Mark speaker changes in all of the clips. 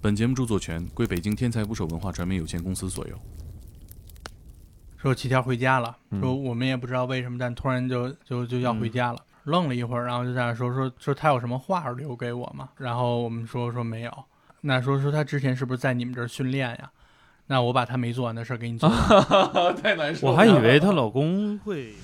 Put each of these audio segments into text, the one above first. Speaker 1: 本节目著作权归北京天才捕手文化传媒有限公司所有。
Speaker 2: 说七条回家了，
Speaker 1: 嗯
Speaker 2: 说我们也不知道为什么，但突然就就就要回家
Speaker 1: 嗯
Speaker 2: 了，愣了一会儿，然后就在那说说说他有什么话留给我吗？然后我们说说没有，那说说他之前是不是在你们这儿训练呀？那我把他没做完的事儿给你做 完。
Speaker 1: 太难受
Speaker 3: 我还以为她老公会。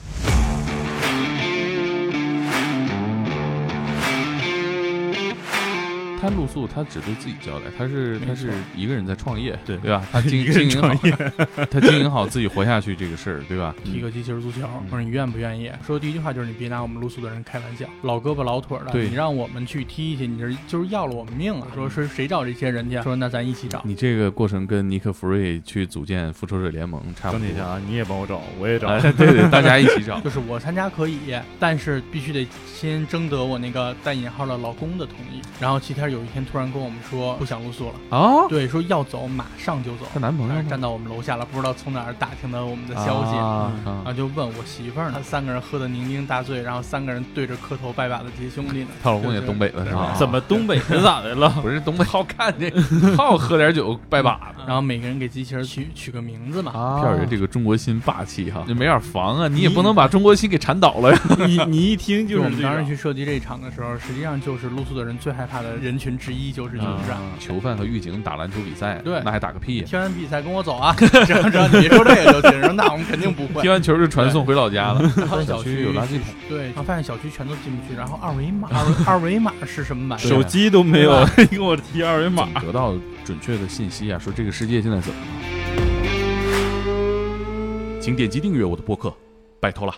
Speaker 1: 他露宿，他只对自己交代，他是
Speaker 2: 没
Speaker 1: 他是
Speaker 2: 错
Speaker 1: 一个人在创业，
Speaker 3: 对
Speaker 1: 对吧？ 他经经营好， 他经营好自己活下去这个事儿，对吧？
Speaker 2: 踢个机器人足球，
Speaker 1: 嗯
Speaker 2: 我说你愿不愿意？说第一句话就是你别拿我们露宿的人开玩笑，老胳膊老腿儿的，
Speaker 1: 对
Speaker 2: 你让我们去踢去，你这就是要了我们命啊！说是谁找这些人去啊？说那咱一起 找。
Speaker 1: 你这个过程跟尼克弗瑞去组建复仇者联盟差不
Speaker 3: 整
Speaker 1: 多
Speaker 3: 体。下啊，你也帮我找，我也找。
Speaker 1: 啊， 对对，大家一起找。
Speaker 2: 就是我参加可以，但是必须得先征得我那个带引号的老公的同意。然后七天有一天突然跟我们说不想露宿了，
Speaker 3: 哦
Speaker 1: 啊，
Speaker 2: 对，说要走，马上就走。
Speaker 1: 她男
Speaker 3: 嗯
Speaker 1: 朋友
Speaker 2: 站到我们楼下了，不知道从哪儿打听到我们的消息，
Speaker 1: 啊
Speaker 3: 嗯
Speaker 1: 啊
Speaker 2: 然后就问我媳妇儿呢。三个人喝得酩酊大醉，然后三个人对着磕头拜把子结兄 弟呢。
Speaker 1: 她老公也东北的 是
Speaker 2: 对
Speaker 1: 吧？
Speaker 3: 怎么东北人咋的了？
Speaker 1: 不是东北 好看这，啊好喝点酒拜把子。
Speaker 2: 啊然后每个人给机器人取取个名字嘛。
Speaker 1: 片儿
Speaker 3: 嗯啊
Speaker 1: 爷这个中国心霸气哈，你没法防啊，你也不能把中国心给缠倒了呀。
Speaker 3: 你你一听就
Speaker 2: 我
Speaker 3: 是
Speaker 2: 们
Speaker 3: 这
Speaker 2: 当时
Speaker 3: 样。
Speaker 2: 去设计这一场的时候，实际上就是露宿的人最害怕的人群之一就是警
Speaker 3: 嗯
Speaker 2: 察。
Speaker 1: 囚啊犯和狱警打篮球比赛，
Speaker 2: 对
Speaker 1: 那还打个屁呀！
Speaker 2: 踢完比赛跟我走啊！ 只要只要你别说这个就行。然后那我们肯定不会
Speaker 1: 踢。完球就传送回老家了。
Speaker 2: 然后小
Speaker 1: 小区
Speaker 2: 区
Speaker 1: 有垃圾桶，
Speaker 2: 对，然后发现小区全都进不去。然后二维码，啊二维二维码是什么玩意
Speaker 1: 对
Speaker 2: 儿？
Speaker 3: 手机都没有，你给我提二维码。
Speaker 1: 得到准确的信息啊，说这个世界现在怎么了？请点击订阅我的播客，拜托了。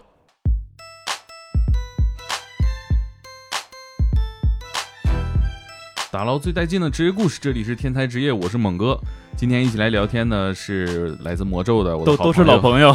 Speaker 1: 打捞最带劲的职业故事，这里是天才职业，我是猛哥。今天一起来聊天呢，是来自魔咒的，我的
Speaker 3: 都
Speaker 1: 好
Speaker 3: 都是老
Speaker 1: 友
Speaker 3: 朋友，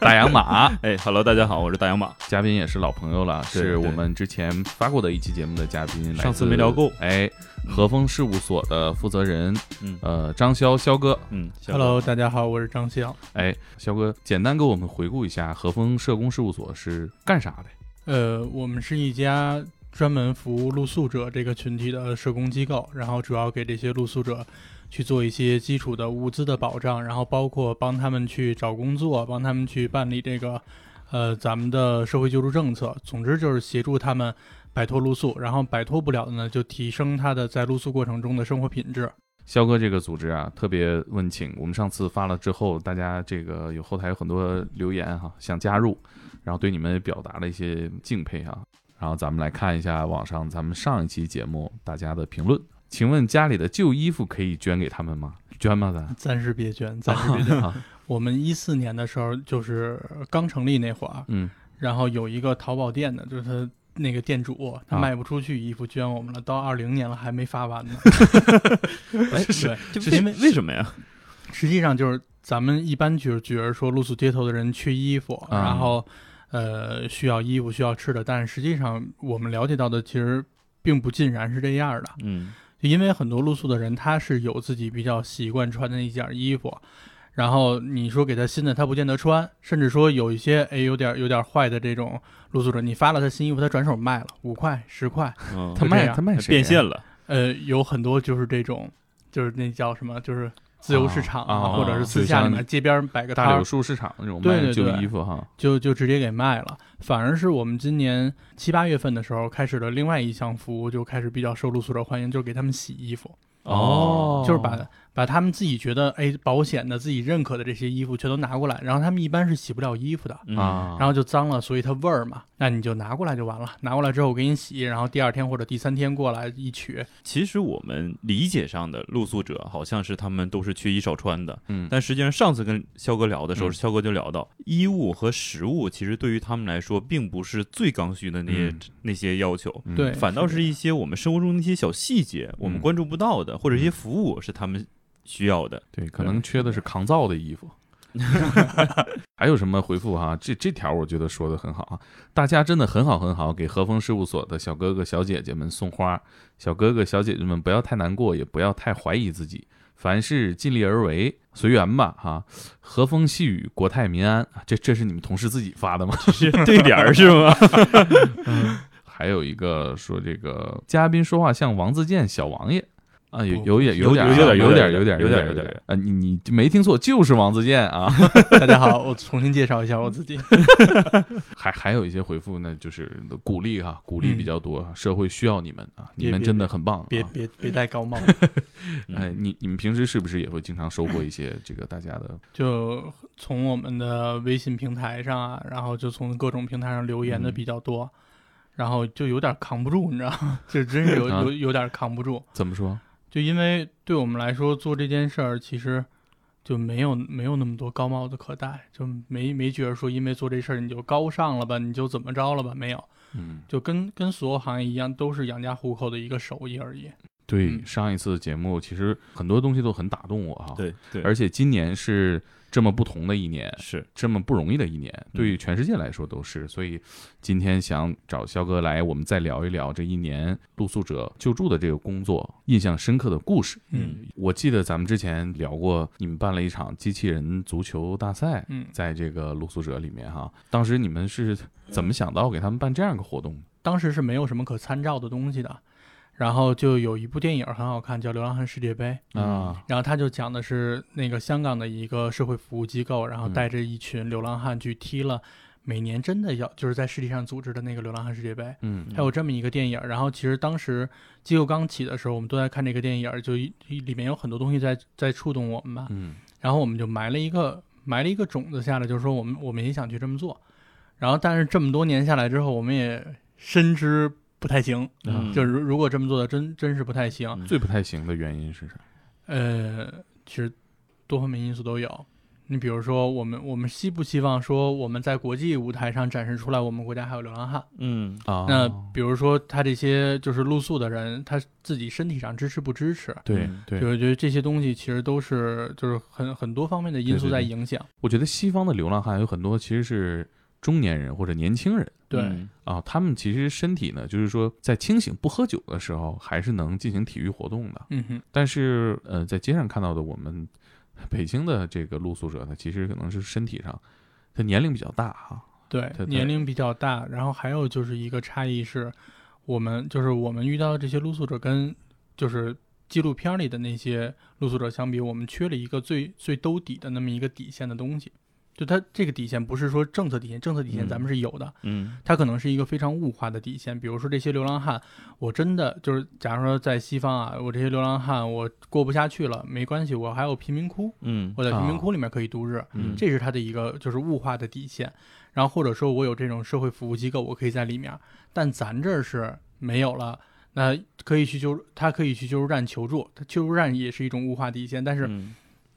Speaker 1: 大洋马，
Speaker 3: 哎，Hello，大家好，我是大洋马。
Speaker 1: 嘉宾也是老朋友了，
Speaker 3: 是
Speaker 1: 是
Speaker 3: 对
Speaker 1: 我们之前发过的一期节目的嘉宾，来
Speaker 3: 上次
Speaker 1: 自
Speaker 3: 没聊够
Speaker 1: 哎，和风事务所的负责人，
Speaker 3: 嗯
Speaker 1: 呃，张潇，潇哥，
Speaker 3: 嗯小
Speaker 2: Hello，大
Speaker 1: 啊
Speaker 2: 家好，我是张潇。
Speaker 1: 哎，潇哥，简单给我们回顾一下和风社工事务所是干啥的？
Speaker 2: 呃，我们是一家专门服务露宿者这个群体的社工机构，然后主要给这些露宿者去做一些基础的物资的保障，然后包括帮他们去找工作，帮他们去办理这个呃咱们的社会救助政策。总之就是协助他们摆脱露宿，然后摆脱不了的呢，就提升他的在露宿过程中的生活品质。
Speaker 1: 肖哥这个组织啊，特别温情。我们上次发了之后，大家这个有后台有很多留言哈、想加入，然后对你们也表达了一些敬佩哈、然后咱们来看一下网上咱们上一期节目大家的评论。请问家里的旧衣服可以捐给他们吗？捐吗？咱
Speaker 2: 暂时别捐， 暂时 别捐。
Speaker 1: 啊，
Speaker 2: 我们一四年的时候，就是刚成立那会儿，
Speaker 1: 嗯，
Speaker 2: 然后有一个淘宝店的，就是他那个店主，他
Speaker 1: 啊
Speaker 2: 卖不出去衣服捐我们了，到二零年了还没发完呢。
Speaker 3: 哎
Speaker 2: 对，
Speaker 3: 这
Speaker 2: 是
Speaker 3: 为
Speaker 2: 因为
Speaker 3: 为什么呀？
Speaker 2: 实际上就是咱们一般觉觉着说露宿街头的人缺衣服，
Speaker 1: 啊
Speaker 2: 然后呃需要衣服需要吃的，但是实际上我们了解到的其实并不尽然是这样的。
Speaker 3: 嗯，
Speaker 2: 就因为很多露宿的人，他是有自己比较习惯穿的一件衣服，然后你说给他新的，他不见得穿，甚至说有一些哎有点有点坏的这种露宿者，你发了他新衣服，他转手卖了五块十块，
Speaker 3: 嗯
Speaker 1: 他
Speaker 2: 就这
Speaker 1: 卖
Speaker 2: 样
Speaker 1: 他卖谁呀
Speaker 3: 变现了，
Speaker 2: 呃，有很多就是这种，就是那叫什么，就是自由市场
Speaker 1: 啊啊
Speaker 2: 或者是私
Speaker 1: 就
Speaker 2: 下里
Speaker 1: 像
Speaker 2: 面街边摆个摊
Speaker 1: 大
Speaker 2: 儿
Speaker 1: 柳，树市场那种
Speaker 2: 对
Speaker 1: 卖
Speaker 2: 对
Speaker 1: 旧
Speaker 2: 对
Speaker 1: 衣服哈，
Speaker 2: 就就直接给卖了。反而是我们今年七八月份的时候开始的另外一项服务，就开始比较受露宿者欢迎，就是给他们洗衣服。
Speaker 3: 哦
Speaker 2: 就是把把他们自己觉得哎保险的、自己认可的这些衣服全都拿过来，然后他们一般是洗不了衣服的，
Speaker 3: 嗯
Speaker 1: 啊，
Speaker 2: 然后就脏了，所以它味儿嘛，那你就拿过来就完了。拿过来之后我给你洗，然后第二天或者第三天过来一取，
Speaker 3: 其实我们理解上的露宿者，好像是他们都是缺衣少穿的，
Speaker 1: 嗯
Speaker 3: 但实际上上次跟肖哥聊的时候，
Speaker 1: 嗯
Speaker 3: 肖哥就聊到衣物和食物，其实对于他们来说，并不是最刚需的那些、
Speaker 1: 嗯
Speaker 3: 那些要求，
Speaker 1: 嗯
Speaker 2: 对
Speaker 3: 反倒是一些我们生活中的一嗯些小细节，我们关注不到的，或者一些服务是他们需要 的。
Speaker 1: 对，可能缺的是抗造的衣服。还有什么回复哈、这这条我觉得说的很好啊，大家真的很好很好，给和风事务所的小哥哥小姐姐们送花，小哥哥小姐姐们不要太难过，也不要太怀疑自己，凡事尽力而为，随缘吧哈、和风细雨，国泰民安啊，这这是你们同事自己发的吗？
Speaker 3: 是对联儿是吗？
Speaker 1: 还有一个说这个嘉宾说话像王自健小王爷，啊，有
Speaker 2: 不
Speaker 1: 有也
Speaker 3: 哦有
Speaker 1: 点儿
Speaker 3: 有
Speaker 1: 啊
Speaker 3: 点
Speaker 1: 有
Speaker 3: 有
Speaker 1: 点
Speaker 3: 点
Speaker 1: 有点
Speaker 3: 有
Speaker 1: 点
Speaker 3: 点
Speaker 1: 有
Speaker 3: 有点
Speaker 1: 儿啊，你你没听错，就是王自健啊。
Speaker 2: 大家好，我重新介绍一下我自己。
Speaker 1: 还还有一些回复呢，就是鼓励哈、鼓励
Speaker 2: 嗯
Speaker 1: 比较多，社会需要你们啊，你
Speaker 2: 别
Speaker 1: 们
Speaker 2: 别
Speaker 1: 真的很棒、啊。
Speaker 2: 别嗯别别戴高帽，
Speaker 1: 哎，你你们平时是不是也会经常收获一些这个大家的
Speaker 2: 就从我们的微信平台上啊，然后就从各种平台上留言的
Speaker 1: 嗯
Speaker 2: 比较多，然后就有点扛不住，你知道吗？ 就真是有
Speaker 1: 啊
Speaker 2: 有有点扛不住，
Speaker 1: 怎么说？
Speaker 2: 就因为对我们来说做这件事儿其实。就没有没有那么多高帽子可戴，就没没觉得说因为做这事儿你就高尚了吧，你就怎么着了吧？没有，
Speaker 1: 嗯，
Speaker 2: 就跟跟所有行业一样，都是养家糊口的一个手艺而已。
Speaker 1: 对，
Speaker 2: 嗯
Speaker 1: 上一次的节目其实很多东西都很打动我哈、，
Speaker 3: 对对，
Speaker 1: 而且今年是这么不同的一年，
Speaker 3: 是
Speaker 1: 这么不容易的一年，对于
Speaker 2: 嗯
Speaker 1: 全世界来说都是。所以今天想找肖哥来，我们再聊一聊这一年露宿者救助的这个工作印象深刻的故事。
Speaker 2: 嗯
Speaker 1: 我记得咱们之前聊过，你们办了一场机器人足球大赛，
Speaker 2: 嗯，
Speaker 1: 在这个露宿者里面哈，当时你们是怎么想到给他们办这样一个活动的？
Speaker 2: 当时是没有什么可参照的东西的，然后就有一部电影很好看，叫《流浪汉世界杯》，嗯
Speaker 1: 啊，
Speaker 2: 然后他就讲的是那个香港的一个社会服务机构，然后
Speaker 1: 嗯
Speaker 2: 带着一群流浪汉去踢了每年真的要就是在世界上组织的那个流浪汉世界杯。
Speaker 1: 嗯
Speaker 2: 还有这么一个电影，然后其实当时机构刚起的时候，我们都在看这个电影，就一一里面有很多东西在在触动我们吧。
Speaker 1: 嗯
Speaker 2: 然后我们就埋了一个埋了一个种子下来，就是说我们我们也想去这么做，然后但是这么多年下来之后，我们也深知不太行，
Speaker 1: 嗯
Speaker 2: 就是如如果这么做的真真是不太行，
Speaker 1: 最不太行的原因是啥？嗯
Speaker 2: 呃，其实多方面因素都有。你比如说，我们我们希不希望说我们在国际舞台上展示出来，我们国家还有流浪汉？
Speaker 3: 嗯
Speaker 1: 啊，
Speaker 2: 那比如说他这些就是露宿的人，他自己身体上支持不支持？
Speaker 1: 对
Speaker 3: 嗯
Speaker 1: 对
Speaker 2: 就，是觉得这些东西其实都是就是很很多方面的因
Speaker 1: 对
Speaker 2: 素
Speaker 1: 对
Speaker 2: 在
Speaker 1: 对
Speaker 2: 影响。
Speaker 1: 我觉得西方的流浪汉有很多其实是中年人或者年轻人
Speaker 2: 对
Speaker 3: 嗯
Speaker 1: 啊，他们其实身体呢，就是说在清醒不喝酒的时候，还是能进行体育活动的。
Speaker 2: 嗯哼，
Speaker 1: 但是呃，在街上看到的我们北京的这个露宿者呢，其实可能是身体上，他年龄比较大哈、
Speaker 2: 对
Speaker 1: 他，
Speaker 2: 年
Speaker 1: 他
Speaker 2: 龄比较大，然后还有就是一个差异是，我们就是我们遇到的这些露宿者跟就是纪录片里的那些露宿者相比，我们缺了一个最最兜底的那么一个底线的东西。就它这个底线不是说政策底线，政策底线
Speaker 1: 嗯
Speaker 2: 咱们是有的，
Speaker 3: 嗯
Speaker 2: 它可能是一个非常物化的底线。比如说这些流浪汉，我真的就是，假如说在西方啊，我这些流浪汉我过不下去了，没关系，我还有贫民窟，
Speaker 3: 嗯
Speaker 2: 我在贫民
Speaker 1: 啊
Speaker 2: 窟里面可以度日。
Speaker 1: 嗯
Speaker 2: 这是它的一个就是物化的底线。然后或者说我有这种社会服务机构，我可以在里面，但咱这儿是没有了。那可以去救，他可以去救助站求助，他救助站也是一种物化底线，但是
Speaker 3: 嗯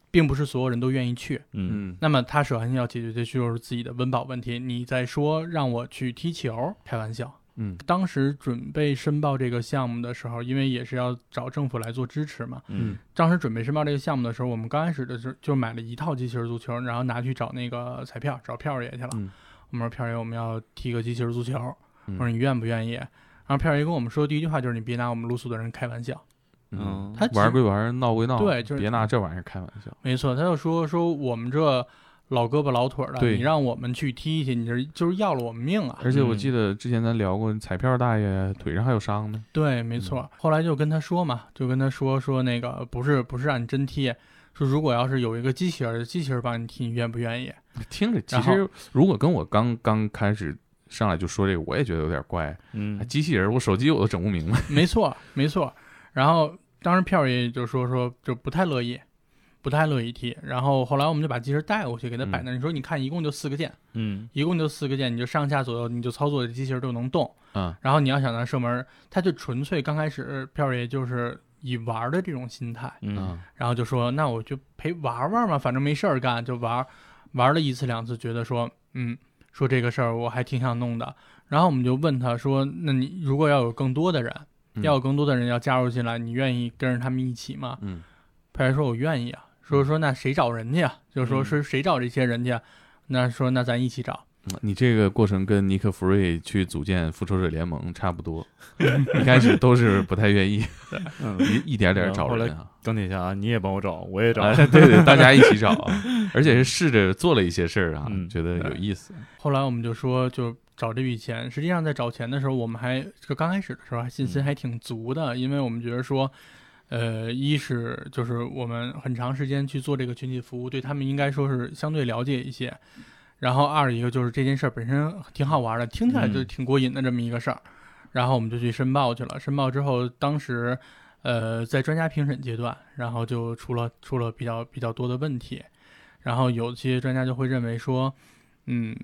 Speaker 2: 并不是所有人都愿意去。
Speaker 3: 嗯
Speaker 1: 嗯，
Speaker 2: 那么他首先要解决的就是自己的温饱问题。你在说让我去踢球，开玩笑。
Speaker 1: 嗯
Speaker 2: 当时准备申报这个项目的时候，因为也是要找政府来做支持嘛，
Speaker 3: 嗯
Speaker 2: 当时准备申报这个项目的时候，我们刚开始的时候就买了一套机器人足球，然后拿去找那个彩票找票爷去了。
Speaker 1: 嗯
Speaker 2: 我们说票爷，我们要踢个机器人足球，
Speaker 1: 嗯
Speaker 2: 我说你愿不愿意？然后票爷跟我们说第一句话就是你别拿我们露宿的人开玩笑。
Speaker 1: 嗯，
Speaker 2: 他其实
Speaker 1: 玩归玩，闹归闹，
Speaker 2: 对就是嗯
Speaker 1: 别拿这玩意儿开玩笑。
Speaker 2: 没错，他就说说我们这老胳膊老腿儿的，啊
Speaker 1: 对
Speaker 2: 你让我们去踢去，你这就是要了我们命啊！
Speaker 1: 而且我记得之前咱聊过，彩票大爷腿上还有伤 呢。
Speaker 2: 对，没错。后来就跟他说嘛，就跟他说说那个不是不是让你真踢，说如果要是有一个机器人，机器人帮你踢，你愿不愿意？
Speaker 1: 听着，其
Speaker 2: 然后
Speaker 1: 实如果跟我刚刚开始上来就说这个，我也觉得有点怪。啊
Speaker 3: 嗯
Speaker 1: 机器人儿，我手机我都整不明白。
Speaker 2: 没错，没错。然后当时票爷就说说就不太乐意，不太乐意踢。然后后来我们就把机器人带过去给他摆那儿，你说你看一共就四个键，
Speaker 3: 嗯
Speaker 2: 一共就四个键，你就上下左右你就操作这机器人就能动。
Speaker 1: 嗯
Speaker 2: 然后你要想让射门，他就纯粹刚开始票爷就是以玩儿的这种心态，
Speaker 3: 嗯
Speaker 1: 啊
Speaker 2: 然后就说那我就陪玩玩嘛，反正没事儿干就玩儿，玩了一次两次，觉得说嗯，说这个事儿我还挺想弄的。然后我们就问他说，那你如果要有更多的人，
Speaker 1: 嗯
Speaker 2: 要有更多的人要加入进来，你愿意跟着他们一起吗？
Speaker 1: 嗯
Speaker 2: 派员说我愿意啊。说说那谁找人去啊？就说
Speaker 3: 嗯
Speaker 2: 是谁找这些人去啊？那说那咱一起找。
Speaker 1: 嗯你这个过程跟尼克弗瑞去组建复仇者联盟差不多，一开始都是不太愿意，
Speaker 3: 嗯，
Speaker 1: 一一点点找人
Speaker 3: 然
Speaker 1: 啊。
Speaker 3: 钢铁侠你也帮我找，我也找，
Speaker 1: 哎对对，大家一起找啊，而且是试着做了一些事儿啊，
Speaker 3: 嗯
Speaker 1: 觉得有意思。
Speaker 2: 后来我们就说就找这笔钱。实际上在找钱的时候，我们还就刚开始的时候还信心还挺足的，因为我们觉得说，呃，一是就是我们很长时间去做这个群体服务，对他们应该说是相对了解一些。然后二一个就是这件事儿本身挺好玩的，听起来就
Speaker 3: 嗯
Speaker 2: 挺过瘾的这么一个事儿。然后我们就去申报去了。申报之后，当时呃在专家评审阶段，然后就出了出了比较比较多的问题。然后有些专家就会认为说，嗯，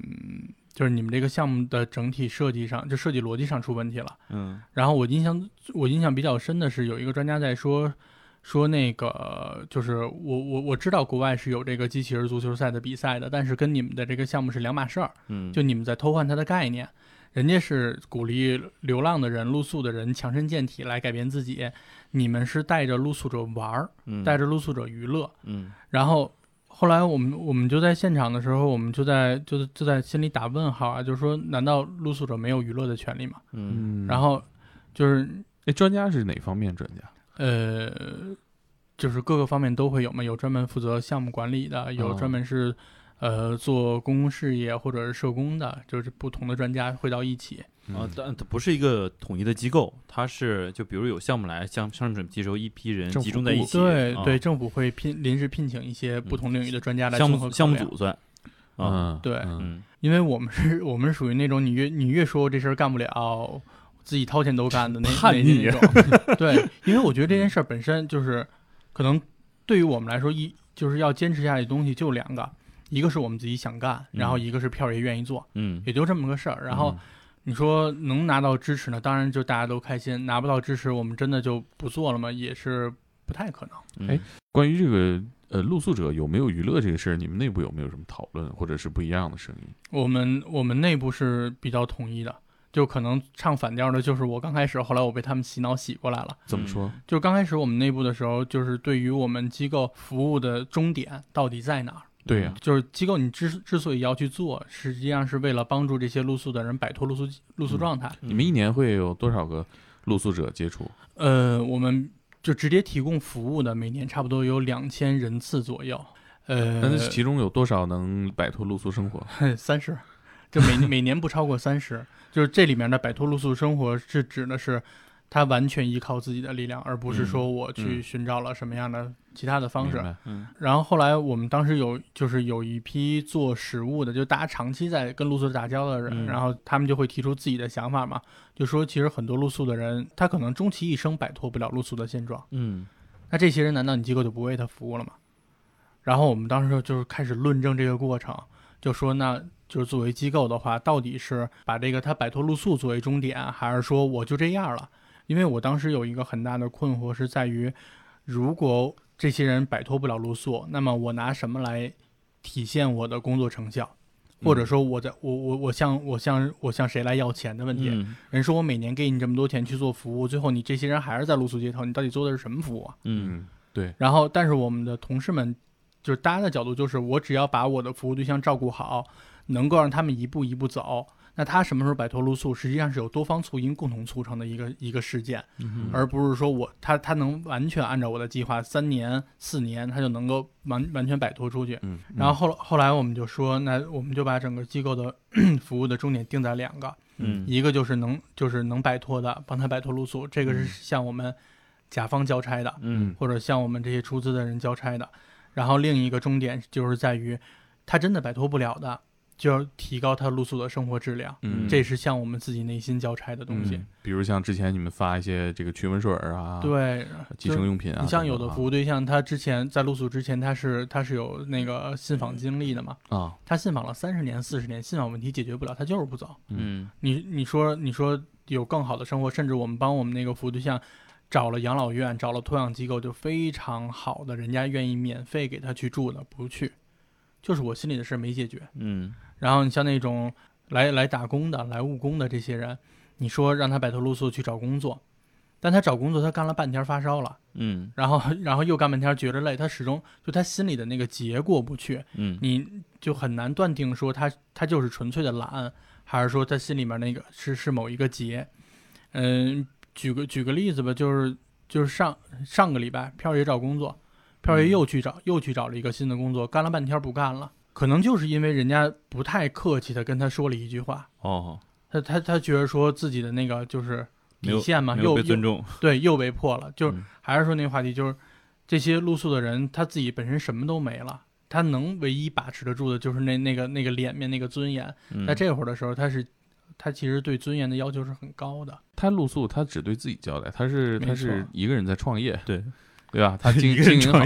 Speaker 2: 就是你们这个项目的整体设计上，就设计逻辑上出问题了。
Speaker 3: 嗯
Speaker 2: 然后我印象我印象比较深的是，有一个专家在说说那个，就是我我我知道国外是有这个机器人足球赛的比赛的，但是跟你们的这个项目是两码事儿，
Speaker 3: 嗯，
Speaker 2: 就你们在偷换它的概念。人家是鼓励流浪的人、露宿的人强身健体来改变自己，你们是带着露宿者玩儿，
Speaker 3: 嗯
Speaker 2: 带着露宿者娱乐。
Speaker 3: 嗯
Speaker 2: 然后后来我们我们就在现场的时候，我们就在就就在心里打问号啊，就是说，难道露宿者没有娱乐的权利吗？
Speaker 3: 嗯
Speaker 1: 嗯
Speaker 2: 然后就是
Speaker 1: 哎，专家是哪方面专家？
Speaker 2: 呃，就是各个方面都会有嘛，有专门负责项目管理的，有
Speaker 1: 哦
Speaker 2: 专门是、呃做公共事业或者是社工的，就是不同的专家会到一起。
Speaker 1: 嗯
Speaker 3: 啊，但它不是一个统一的机构，它是就比如有项目来，项项目审批时候，一批人
Speaker 1: 政
Speaker 3: 集
Speaker 1: 府
Speaker 3: 中在
Speaker 1: 部
Speaker 3: 一起，
Speaker 2: 对
Speaker 3: 啊
Speaker 2: 对，政府会聘临时聘请一些不同领域的专家来
Speaker 3: 项
Speaker 2: 综合
Speaker 3: 目
Speaker 2: 考
Speaker 3: 项目
Speaker 2: 量
Speaker 3: 组算啊，
Speaker 1: 嗯，
Speaker 2: 对
Speaker 1: 嗯
Speaker 3: 嗯，
Speaker 2: 因为我们是 我们是属于那种你越你越说这事儿干不了，自己掏钱都干的那
Speaker 3: 叛逆啊嗯
Speaker 2: 那那 种。对，因为我觉得这件事儿本身就是，可能对于我们来说，一就是要坚持下去的东西就两个，一个是我们自己想干，然后一个是票爷愿意做，
Speaker 3: 嗯
Speaker 2: 也就这么个事儿。然后
Speaker 1: 嗯
Speaker 2: 你说能拿到支持呢，当然就大家都开心；拿不到支持，我们真的就不做了吗？也是不太可能。
Speaker 3: 嗯
Speaker 1: 哎关于这个呃露宿者有没有娱乐这个事儿，你们内部有没有什么讨论或者是不一样的声音？
Speaker 2: 我们我们内部是比较统一的，就可能唱反调的，就是我刚开始，后来我被他们洗脑洗过来了。
Speaker 1: 怎么说？
Speaker 2: 就刚开始我们内部的时候，就是对于我们机构服务的终点到底在哪儿，
Speaker 1: 对呀、
Speaker 2: 就是机构你之之所以要去做，实际上是为了帮助这些露宿的人摆脱露宿露宿状
Speaker 3: 嗯
Speaker 2: 态。
Speaker 1: 你们一年会有多少个露宿者接触？
Speaker 2: 呃，我们就直接提供服务的，每年差不多有两千人次左右。
Speaker 1: 那
Speaker 2: 呃，
Speaker 1: 其中有多少能摆脱露宿生活？
Speaker 2: 三十，就每 每年不超过三十。就是这里面的摆脱露宿生活是指的是，他完全依靠自己的力量，而不是
Speaker 3: 嗯
Speaker 2: 说我去
Speaker 3: 嗯
Speaker 2: 寻找了什么样的其他的方式
Speaker 1: 明。白
Speaker 3: 嗯
Speaker 2: 然后后来我们当时有就是有一批做食物的，就大家长期在跟露宿者打交道的人，
Speaker 3: 嗯
Speaker 2: 然后他们就会提出自己的想法嘛，就说其实很多露宿的人，他可能终其一生摆脱不了露宿的现状，
Speaker 3: 嗯
Speaker 2: 那这些人难道你机构就不为他服务了吗？然后我们当时就是开始论证这个过程，就说那就是作为机构的话，到底是把这个他摆脱露宿作为终点，还是说我就这样了？因为我当时有一个很大的困惑是在于，如果这些人摆脱不了露宿，那么我拿什么来体现我的工作成效？或者说我在我我我向我向我向谁来要钱的问题？
Speaker 3: 嗯
Speaker 2: 人说我每年给你这么多钱去做服务，最后你这些人还是在露宿街头，你到底做的是什么服务啊？
Speaker 3: 嗯，
Speaker 2: 然后，但是我们的同事们，就是大家的角度，就是我只要把我的服务对象照顾好，能够让他们一步一步走，那他什么时候摆脱露宿，实际上是有多方促因共同促成的一个一个事件，
Speaker 3: 嗯
Speaker 2: 而不是说我他他能完全按照我的计划，三年四年他就能够完完全摆脱出去。
Speaker 1: 嗯，
Speaker 2: 然后后后来我们就说，那我们就把整个机构的 服务的重点定在两个，
Speaker 3: 嗯
Speaker 2: 一个就是能就是能摆脱的，帮他摆脱露宿，这个是向我们甲方交差的。
Speaker 3: 嗯
Speaker 2: 或者向我们这些出资的人交差的。然后另一个终点就是在于，他真的摆脱不了的，就要提高他露宿的生活质量，
Speaker 1: 嗯，
Speaker 2: 这是向我们自己内心交差的东西。
Speaker 1: 嗯比如像之前你们发一些这个驱蚊水儿啊，，
Speaker 2: 对，
Speaker 1: 寄生用品啊，
Speaker 2: 你像有
Speaker 1: 等
Speaker 2: 的
Speaker 1: 等啊
Speaker 2: 服务对象，他之前在露宿之前，他是他是有那个信访经历的嘛，
Speaker 1: 啊，
Speaker 2: 他信访了三十年、四十年，信访问题解决不了，他就是不走。
Speaker 3: 嗯
Speaker 2: 你你说你说有更好的生活，甚至我们帮我们那个服务对象找了养老院，找了托养机构，就非常好的，人家愿意免费给他去住的，不去，就是我心里的事儿没解决。
Speaker 3: 嗯
Speaker 2: 然后你像那种来来打工的、来务工的这些人，你说让他摆脱露宿去找工作，但他找工作他干了半天发烧了，
Speaker 3: 嗯
Speaker 2: 然后然后又干半天觉着累，他始终就他心里的那个结过不去，
Speaker 3: 嗯
Speaker 2: 你就很难断定说他他就是纯粹的懒，还是说他心里面那个是是某一个结。嗯，举个举个例子吧，就是就是上上个礼拜，票爷找工作，票
Speaker 3: 嗯
Speaker 2: 爷又去找、又去找了一个新的工作，干了半天不干了，可能就是因为人家不太客气的跟他说了一句话，
Speaker 3: 哦
Speaker 2: 他他他觉得说自己的那个就是
Speaker 3: 没
Speaker 2: 底
Speaker 3: 有
Speaker 2: 线嘛，
Speaker 3: 没有
Speaker 2: 又
Speaker 3: 被尊
Speaker 2: 又
Speaker 3: 重，
Speaker 2: 对又被迫了。就是
Speaker 3: 嗯
Speaker 2: 还是说那个话题，就是这些露宿的人他自己本身什么都没了，他能唯一把持得住的就是那那个那个脸面那个尊严。
Speaker 3: 嗯
Speaker 2: 在这会儿的时候，他是他其实对尊严的要求是很高的。
Speaker 1: 他露宿，他只对自己交代，他是
Speaker 2: 没
Speaker 1: 他是
Speaker 2: 错
Speaker 1: 一个人在创 业，
Speaker 3: 对
Speaker 1: 对吧？他经
Speaker 3: 一个人
Speaker 1: 经营好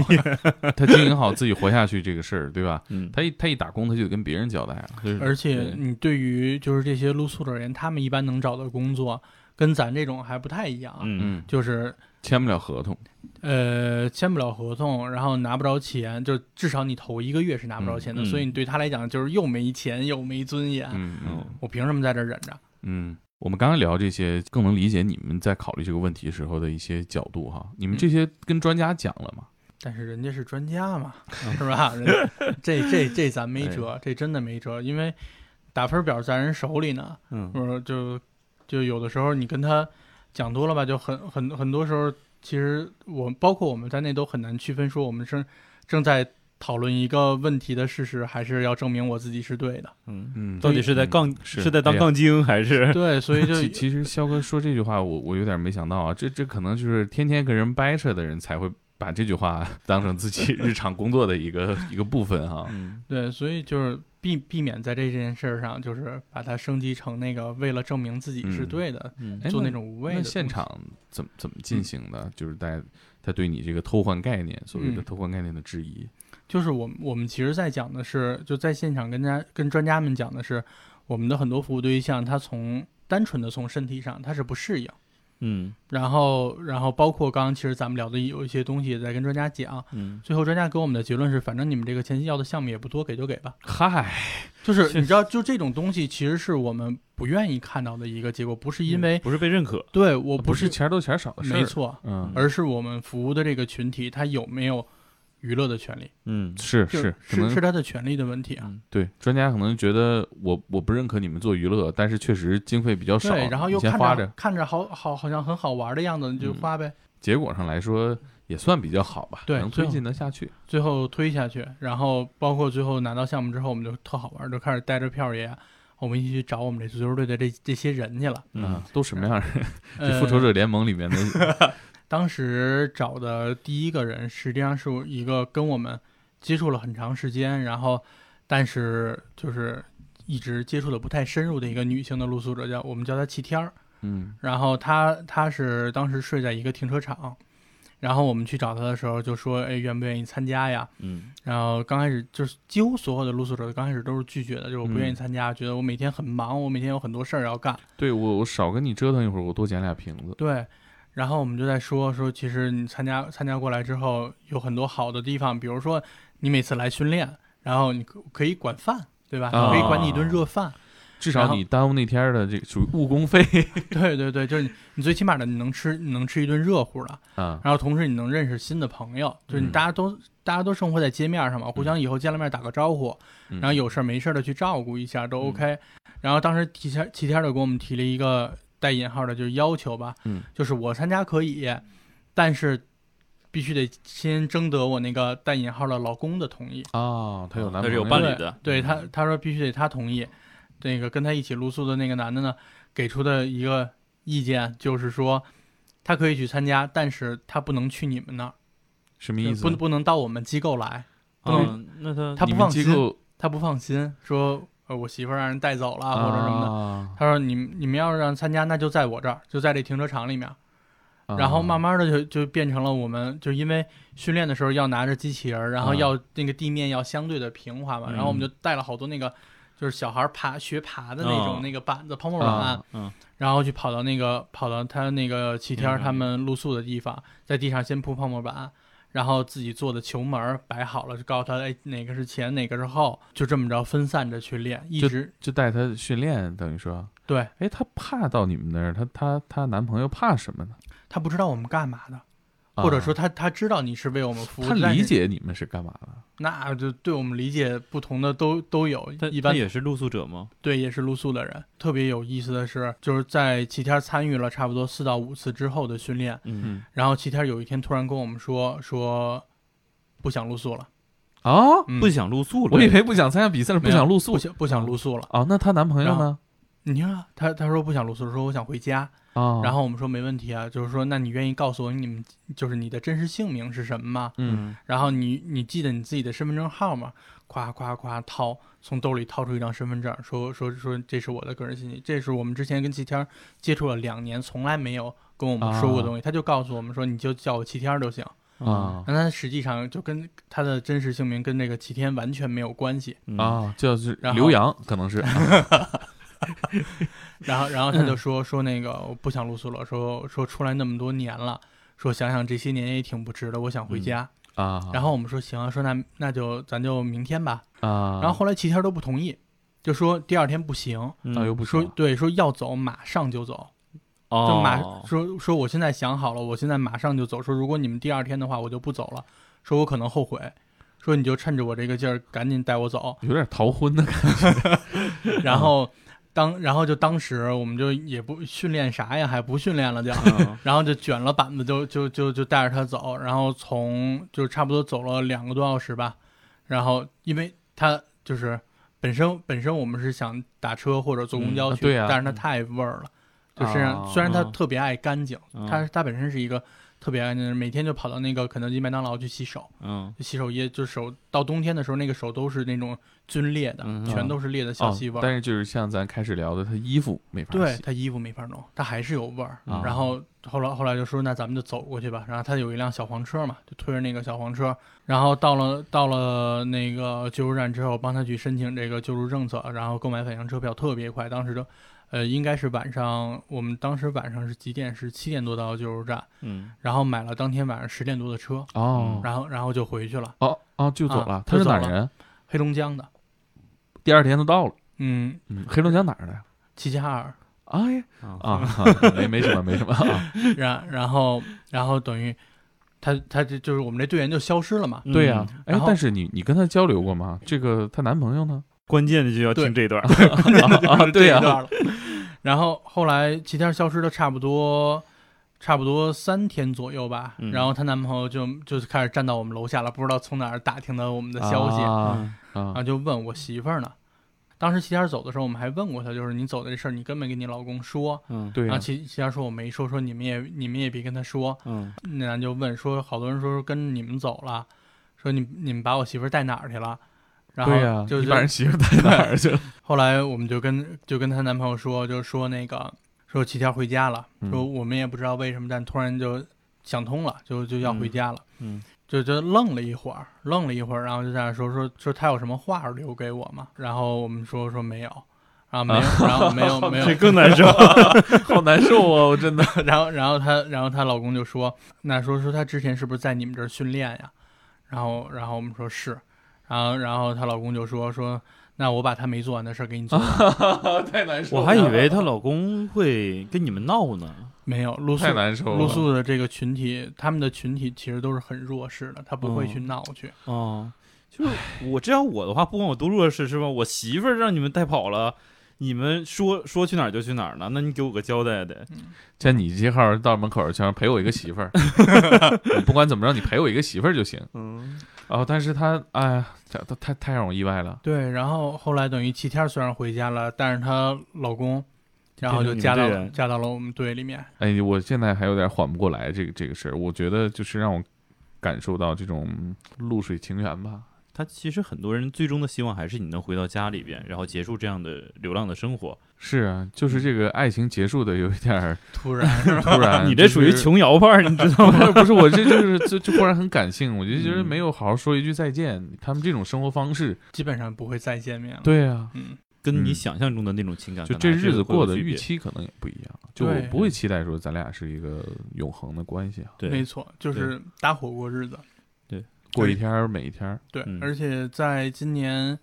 Speaker 3: 创，
Speaker 1: 他经营好自己活下去这个事儿，对吧？
Speaker 3: 嗯，
Speaker 1: 他一他一打工，他就得跟别人交代啊，就是
Speaker 2: 而且
Speaker 1: 对
Speaker 2: 你对于就是这些露宿的人，他们一般能找到工作，跟咱这种还不太一样。
Speaker 3: 嗯
Speaker 1: 嗯，
Speaker 2: 就是
Speaker 1: 签不了合同，
Speaker 2: 呃，签不了合同，然后拿不着钱，就至少你头一个月是拿不着钱的，
Speaker 3: 嗯嗯
Speaker 2: 所以你对他来讲就是又没钱又没尊严，
Speaker 1: 嗯嗯
Speaker 3: 哦
Speaker 2: 我凭什么在这儿忍着？
Speaker 1: 嗯。我们刚刚聊这些，更能理解你们在考虑这个问题时候的一些角度哈。你
Speaker 2: 嗯
Speaker 1: 们这些跟专家讲了吗？
Speaker 2: 但是人家是专家 嘛，是吧？人 这这这咱
Speaker 1: 哎
Speaker 2: 没辙，这真的没辙，因为打分表在人手里呢，
Speaker 3: 嗯
Speaker 2: 我就就有的时候你跟他讲多了吧，就很很很多时候，其实我包括我们在内都很难区分说我们是正在讨论一个问题的事实，还是要证明我自己是对 的。
Speaker 3: 嗯，
Speaker 1: 嗯
Speaker 3: 到底是在
Speaker 1: 嗯
Speaker 3: 杠
Speaker 1: 是
Speaker 3: 是在当
Speaker 1: 哎呀
Speaker 3: 杠精还是
Speaker 2: 对，所以就
Speaker 1: 其其实肖哥说这句话，我我有点没想到啊，这这可能就是天天跟人掰扯的人才会把这句话 当成自己日常工作的一个一个部分哈、
Speaker 3: 嗯
Speaker 2: 对，所以就是避避免在这件事儿上，就是把它升级成那个为了证明自己是
Speaker 1: 嗯
Speaker 2: 对的，
Speaker 3: 嗯
Speaker 1: 哎
Speaker 2: 做
Speaker 1: 那
Speaker 2: 那种无谓的
Speaker 1: 那
Speaker 2: 东西
Speaker 1: 现场怎么怎么进行的？就是大家他对你这个偷换概念，所谓的
Speaker 2: 嗯
Speaker 1: 偷换概念的质疑，
Speaker 2: 就是我们我们其实在讲的是，就在现场跟家跟专家们讲的是，我们的很多服务对象，他从单纯的从身体上他是不适应，
Speaker 3: 嗯
Speaker 2: 然后然后包括刚刚其实咱们聊的有一些东西也在跟专家讲，
Speaker 3: 嗯
Speaker 2: 最后专家给我们的结论是，反正你们这个前期要的项目也不多，给就给吧。
Speaker 1: 嗨，
Speaker 2: 就是
Speaker 3: 是
Speaker 2: 你知道，就这种东西其实是我们不愿意看到的一个结果，不是因为、
Speaker 3: 不是被认可，
Speaker 2: 对我
Speaker 1: 嗯啊不
Speaker 2: 是
Speaker 1: 是钱儿多钱儿少的事儿，
Speaker 2: 没，错，
Speaker 1: 嗯，
Speaker 2: 而是我们服务的这个群体他有没有娱乐的权利，
Speaker 3: 嗯
Speaker 1: 是，
Speaker 2: 就是
Speaker 1: 可
Speaker 2: 是
Speaker 1: 能
Speaker 2: 是他的权利的问题啊。
Speaker 1: 对专家可能觉得我我不认可你们做娱乐，但是确实经费比较少，
Speaker 2: 对，然后
Speaker 1: 你
Speaker 2: 又
Speaker 1: 先
Speaker 2: 看
Speaker 1: 花
Speaker 2: 着
Speaker 1: 着，
Speaker 2: 看着好好好像很好玩的样子，你就
Speaker 1: 嗯
Speaker 2: 花呗。
Speaker 1: 结果上来说也算比较好吧，
Speaker 2: 对
Speaker 1: 能
Speaker 2: 最
Speaker 1: 推
Speaker 2: 后
Speaker 1: 进得下去，
Speaker 2: 最后推下去，然后包括最后拿到项目之后，我们就特好玩，就开始带着票爷，我们一起去找我们这足球队的这这些人去了。
Speaker 1: 啊
Speaker 3: 嗯，
Speaker 1: 都什么样儿？ 这
Speaker 2: 呃
Speaker 1: 复仇者联盟里面的
Speaker 2: 当时找的第一个人，实际上是一个跟我们接触了很长时间，然后但是就是一直接触的不太深入的一个女性的露宿者，叫我们叫她齐天儿。
Speaker 1: 嗯，
Speaker 2: 然后她她是当时睡在一个停车场，然后我们去找她的时候就说，哎，愿不愿意参加呀？
Speaker 3: 嗯
Speaker 2: 然后刚开始就是几乎所有的露宿者刚开始都是拒绝的，就是我不愿意
Speaker 1: 嗯
Speaker 2: 参加，觉得我每天很忙，我每天有很多事儿要干。
Speaker 1: 对我我少跟你折腾一会儿，我多捡俩瓶子。
Speaker 2: 对，然后我们就在说说，其实你参加参加过来之后，有很多好的地方，比如说你每次来训练，然后你可可以管饭，对吧？
Speaker 1: 啊
Speaker 2: 你可以管你一顿热饭。
Speaker 1: 至
Speaker 2: 然
Speaker 1: 少
Speaker 2: 后
Speaker 1: 你耽误那天儿的这个属于误工 费
Speaker 2: 对对对，就是你你最起码的你能吃你能吃一顿热乎的，
Speaker 1: 啊。
Speaker 2: 然后同时你能认识新的朋友，就是你
Speaker 1: 嗯
Speaker 2: 大家都、大家都生活在街面上嘛，互相以后见了面打个招呼，
Speaker 1: 嗯
Speaker 2: 然后有事儿没事儿的去照顾一下都
Speaker 1: 嗯
Speaker 2: OK。然后当时提前齐天儿的给我们提了一个带引号的，就是要求吧，
Speaker 1: 嗯
Speaker 2: 就是我参加可以，但是必须得先征得我那个带引号的老公的同意。
Speaker 1: 哦，他有男
Speaker 3: 他
Speaker 1: 朋
Speaker 3: 是
Speaker 1: 友
Speaker 3: 有伴侣
Speaker 2: 对
Speaker 3: 的
Speaker 1: 嗯
Speaker 2: 对他他说必须得他同意。那个跟他一起露宿的那个男的呢，给出的一个意见就是说，他可以去参加，但是他不能去你们那儿，
Speaker 1: 什么意思
Speaker 2: 不？不能到我们机构来，
Speaker 3: 啊，那他
Speaker 2: 他
Speaker 1: 你们
Speaker 2: 不放
Speaker 1: 机
Speaker 2: 心，
Speaker 1: 构
Speaker 2: 他不放心，说呃我媳妇儿让人带走了、啊或者什么的。
Speaker 1: 么
Speaker 2: 他说你们你们要是让参加，那就在我这儿，就在这停车场里面。
Speaker 1: 的
Speaker 2: 然后慢
Speaker 1: 慢
Speaker 2: 慢的就就变成了我们就因为训练的时候要拿着机器人儿，然后
Speaker 1: 啊
Speaker 2: 要那个地面要相对的平滑嘛，
Speaker 3: 嗯
Speaker 2: 然后我们就带了好多那个就是小孩儿爬学爬的那
Speaker 3: 哦
Speaker 2: 种那个板子泡沫板
Speaker 1: 啊，，
Speaker 3: 嗯
Speaker 2: 然后去跑到那个跑到他那个齐天儿他们露宿的地方，在地上先铺泡沫板。然后自己做的球门儿摆好了，就告诉他，哎，哪个是前，哪个是后，就这么着分散着去练，一直
Speaker 1: 就带他训练，等于说，
Speaker 2: 对
Speaker 1: 哎，他怕到你们那儿，他他他男朋友怕什么呢？
Speaker 2: 他不知道我们干嘛的，
Speaker 1: 啊
Speaker 2: 或者说他他知道你是为我们服务，
Speaker 1: 他
Speaker 2: 但
Speaker 1: 理
Speaker 2: 是
Speaker 1: 解你们是干嘛的？
Speaker 2: 那就对我们理解不同的都都有
Speaker 3: 他，
Speaker 2: 一
Speaker 3: 他
Speaker 2: 般
Speaker 3: 也是露宿者吗？
Speaker 2: 对也是露宿的人。特别有意思的是，就是在齐天参与了差不多四到五次之后的训练，
Speaker 3: 嗯
Speaker 2: 然后齐天有一天突然跟我们说说不想露宿了，
Speaker 1: 啊，
Speaker 2: 嗯
Speaker 3: 不想露宿了，
Speaker 1: 我以为不想参加比赛了，
Speaker 2: 没
Speaker 1: 不
Speaker 2: 有
Speaker 1: 想露宿哦
Speaker 2: 不想不想露宿了。
Speaker 1: 啊。那她男朋友
Speaker 2: 然
Speaker 1: 呢？
Speaker 2: 你看他他说不想露宿，说我想回家，
Speaker 1: 啊，
Speaker 2: 然后我们说没问题啊，就是说那你愿意告诉我你们就是你的真实姓名是什么吗？
Speaker 1: 嗯，
Speaker 2: 然后你你记得你自己的身份证号吗？夸夸夸掏，从兜里掏出一张身份证，说说说这是我的个人信息，这是我们之前跟齐天儿接触了两年，从来没有跟我们说过的东西，他就告诉我们说你就叫我齐天儿就行。
Speaker 1: 啊
Speaker 2: 但他实际上就跟他的真实姓名跟这个齐天完全没有关系。
Speaker 3: 嗯
Speaker 1: 啊，就是
Speaker 2: 嗯然后
Speaker 1: 刘洋可能是
Speaker 2: 然后然后他就说说那个我不想露宿了，说说出来那么多年了，说想想这些年也挺不值的，我想回家。
Speaker 1: 啊，
Speaker 2: 然后我们说行啊，说那那就咱就明天吧。
Speaker 1: 啊，
Speaker 2: 然后后来齐天儿都不同意，就说第二天不行，
Speaker 3: 哎
Speaker 1: 啊又不
Speaker 2: 嗯
Speaker 1: 哦
Speaker 2: 说
Speaker 1: 说
Speaker 2: 对，说要走马上就走，就
Speaker 3: 就
Speaker 2: 马、说说我现在想好了，我现在马上就走。说如果你们第二天的话，我就不走了，说我可能后悔。说你就趁着我这个劲儿，赶紧带 我走。
Speaker 1: 有点逃婚的感觉，
Speaker 2: 然后当然后就当时我们就也不训练啥呀，还不训练了就，
Speaker 3: 嗯
Speaker 2: 然后就卷了板子就就就就带着他走，然后从就差不多走了两个多小时吧，然后因为他就是本身本身我们是想打车或者坐公
Speaker 1: 嗯
Speaker 2: 交
Speaker 1: 啊
Speaker 2: 去，
Speaker 1: 对啊
Speaker 2: 但是他太味儿了，就身上、
Speaker 1: 啊
Speaker 2: 虽然他
Speaker 3: 嗯
Speaker 2: 特别爱干净，
Speaker 3: 嗯
Speaker 2: 他他本身是一个特别爱干净的人，每天就跑到那个肯德基、麦当劳去洗手，
Speaker 3: 嗯
Speaker 2: 洗手液就手到冬天的时候那个手都是那种皲裂的，
Speaker 3: 嗯
Speaker 2: 全都是裂的小
Speaker 1: 哦
Speaker 2: 细纹。
Speaker 1: 但是就是像咱开始聊的，他衣服没法
Speaker 2: 对
Speaker 1: 啊洗
Speaker 2: 他衣服没法弄，他还是有味儿。
Speaker 1: 啊
Speaker 2: 然后后来后来就说那咱们就走过去吧。然后他有一辆小黄车嘛，就推着那个小黄车。然后到了到了那个救助站之后，帮他去申请这个救助政策，然后购买返乡车票，特别快。当时就，呃，应该是晚上，我们当时晚上是几点？是七点多到救助站，
Speaker 3: 嗯
Speaker 2: 然后买了当天晚上十点多的车，
Speaker 1: 哦
Speaker 2: 嗯然后然后就回去了，
Speaker 1: 哦哦就走了
Speaker 2: 啊，
Speaker 1: 他是
Speaker 2: 就走
Speaker 1: 哪儿
Speaker 2: 了
Speaker 1: 人？
Speaker 2: 黑龙江的，
Speaker 1: 第二天就到了，
Speaker 2: 嗯，
Speaker 1: 嗯，黑龙江哪儿的呀？
Speaker 2: 齐齐哈尔。
Speaker 1: 哎
Speaker 3: 啊
Speaker 1: 啊，没没什么没什么啊，
Speaker 2: 然然后然后等于他他就就是我们这队员就消失了嘛。
Speaker 1: 对呀，
Speaker 3: 嗯
Speaker 1: 哎
Speaker 2: 嗯然，后
Speaker 1: 但是你你跟他交流过吗？这个她男朋友 呢？
Speaker 3: 关键的就要听这段，
Speaker 1: 啊，对
Speaker 2: 这
Speaker 1: 呀
Speaker 2: 一，段了。然后后来齐天消失的差不多差不多三天左右吧，
Speaker 3: 嗯
Speaker 2: 然后她男朋友就就开始站到我们楼下了，不知道从哪儿打听到我们的消息，嗯
Speaker 1: 啊
Speaker 2: 然
Speaker 1: 啊
Speaker 2: 后就问我媳妇儿呢。当时齐天走的时候，我们还问过她，就是你走的这事儿，你跟没跟你老公说？
Speaker 3: 嗯
Speaker 1: 对啊
Speaker 2: 然
Speaker 1: 呀
Speaker 2: 后齐齐天说我没说，说你们也你们也别跟他说。
Speaker 3: 嗯
Speaker 2: 那咱就问说，好多人说跟你们走了，说你你们把我媳妇儿带哪儿去了？然
Speaker 1: 对呀
Speaker 2: 后，就
Speaker 1: 你
Speaker 2: 是、
Speaker 1: 把人媳妇带哪儿去了？
Speaker 2: 后来我们就跟就跟她男朋友说，就说那个说齐天回家了，
Speaker 1: 嗯
Speaker 2: 说我们也不知道为什么，但突然就想通了，就就要回家了，
Speaker 3: 嗯
Speaker 2: 就就愣了一会儿，愣了一会儿，然后就在那说说说他有什么话留给我吗？然后我们说说没有，然后没有， 然后没有没有
Speaker 3: 这更难受，
Speaker 1: 哎好难受啊！我真的，
Speaker 2: 然后，然后她，然后她老公就说：“那说说她之前是不是在你们这儿训练呀？”然后，然后我们说是，然后，然后她老公就说：“说那我把她没做完的事儿给你做完。
Speaker 1: 太难受了。
Speaker 3: 我还以为她老公会跟你们闹呢，
Speaker 2: 没有露宿
Speaker 1: 太难受了，
Speaker 2: 露宿的这个群体，他们的群体其实都是很弱势的，他不会去
Speaker 3: 嗯
Speaker 2: 闹去。
Speaker 3: 哦，就是我这样我的话，不管我多弱势是吧？我媳妇儿让你们带跑了，你们说说去哪儿就去哪儿了，那你给我个交代得，
Speaker 1: 像你这号到门口儿，想陪我一个媳妇儿，不管怎么着，你陪我一个媳妇儿就行。
Speaker 3: 嗯
Speaker 1: 哦，但是他，哎呀，这他太太让我意外了。
Speaker 2: 对，然后后来等于齐天虽然回家了，但是她老公，然后就加到
Speaker 3: 变成你们队员
Speaker 2: 加到了我们队里面。
Speaker 1: 哎，我现在还有点缓不过来这个这个事儿。我觉得就是让我感受到这种露水情缘吧。
Speaker 3: 他其实很多人最终的希望还是你能回到家里边，然后结束这样的流浪的生活。
Speaker 1: 是啊，就是这个爱情结束的有一点儿
Speaker 2: 突 然，是吧
Speaker 1: 突然。
Speaker 3: 你这属于
Speaker 1: 就是
Speaker 3: 琼瑶范儿，你知 道
Speaker 1: 不
Speaker 3: 吗？
Speaker 1: 是不是，我这就是就就忽然很感性，我就觉得
Speaker 3: 嗯
Speaker 1: 没有好好说一句再见。他们这种生活方式，
Speaker 2: 基本上不会再见面了。，
Speaker 1: 对啊，
Speaker 2: 嗯，
Speaker 3: 跟
Speaker 1: 嗯
Speaker 3: 你想象中的那种情感，
Speaker 1: 就
Speaker 3: 可
Speaker 1: 这
Speaker 3: 能还是
Speaker 1: 日子
Speaker 3: 有
Speaker 1: 过
Speaker 3: 会
Speaker 1: 的
Speaker 3: 有区
Speaker 1: 预
Speaker 3: 别，
Speaker 1: 期可能也不一样。就我
Speaker 2: 对嗯
Speaker 1: 不会期待说咱俩是一个永恒的关系啊，
Speaker 3: 对，
Speaker 2: 没错，就是搭伙过日子。
Speaker 1: 过一天儿每一天儿。
Speaker 2: 对，
Speaker 3: 嗯
Speaker 2: 而且在今年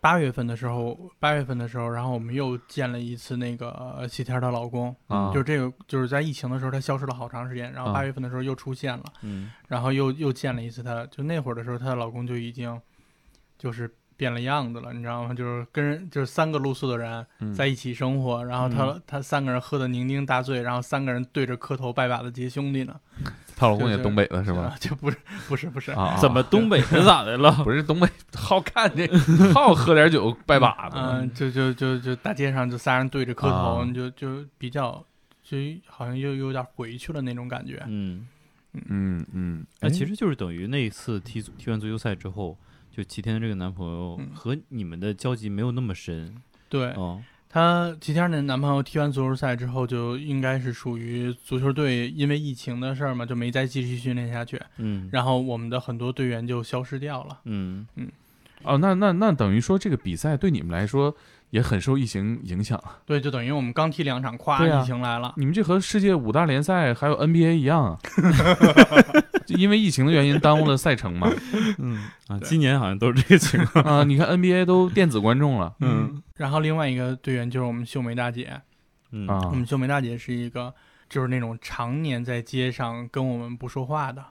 Speaker 2: 八月份的时候，八月份的时候，然后我们又见了一次那个呃西天儿她老公，
Speaker 1: 啊
Speaker 2: 嗯就这个就是在疫情的时候，她消失了好长时间，然后
Speaker 1: 啊
Speaker 2: 八月份的时候又出现了，
Speaker 3: 嗯
Speaker 2: 然后又又见了一次她，就那会儿的时候，她的老公就已经就是变了样子了，你知道吗？就是跟人就是三个露宿的人
Speaker 1: 嗯
Speaker 2: 在一起生活，然后她、
Speaker 3: 嗯
Speaker 2: 她三个人喝的酩酊大醉，然后三个人对着磕头拜把子结兄弟呢，
Speaker 1: 她老公
Speaker 2: 就
Speaker 1: 也
Speaker 2: 是
Speaker 1: 东北的是吧？？
Speaker 2: 就不是不是 不是，
Speaker 1: 啊，
Speaker 3: 怎么东北是咋的了？
Speaker 1: 不是东北好看这好喝点酒拜把子？
Speaker 2: 嗯嗯，就就就就大街上就仨人对着磕头，
Speaker 1: 啊
Speaker 2: 你就就比较就好像又又有点回去了那种感觉。
Speaker 3: 嗯，
Speaker 1: 嗯嗯，
Speaker 3: 那
Speaker 1: 哎
Speaker 3: 其实就是等于那一次踢足踢完足球赛之后，就齐天的这个男朋友
Speaker 2: 嗯
Speaker 3: 和你们的交集没有那么深
Speaker 1: 哎
Speaker 2: 对，
Speaker 3: 哦，
Speaker 2: 她齐天儿那男朋友踢完足球赛之后，就应该是属于足球队因为疫情的事儿嘛，就没再继续训练下去。
Speaker 3: 嗯
Speaker 2: 然后我们的很多队员就消失掉了。
Speaker 3: 嗯，
Speaker 1: 哦，那那那等于说这个比赛对你们来说也很受疫情影响啊。
Speaker 2: 对，就等于我们刚踢两场，咵，
Speaker 1: 对啊
Speaker 2: 疫情来了。
Speaker 1: 你们这和世界五大联赛还有 NBA 一样 啊，就因为疫情的原因耽误了赛程嘛。
Speaker 3: 嗯啊，今年好像都是这个 情况。
Speaker 1: 啊，你看 NBA 都电子观众了
Speaker 3: 嗯
Speaker 2: 然后另外一个队员就是我们秀梅大姐，
Speaker 3: 嗯
Speaker 1: 啊，
Speaker 2: 我们秀梅大姐是一个就是那种常年在街上跟我们不说话的，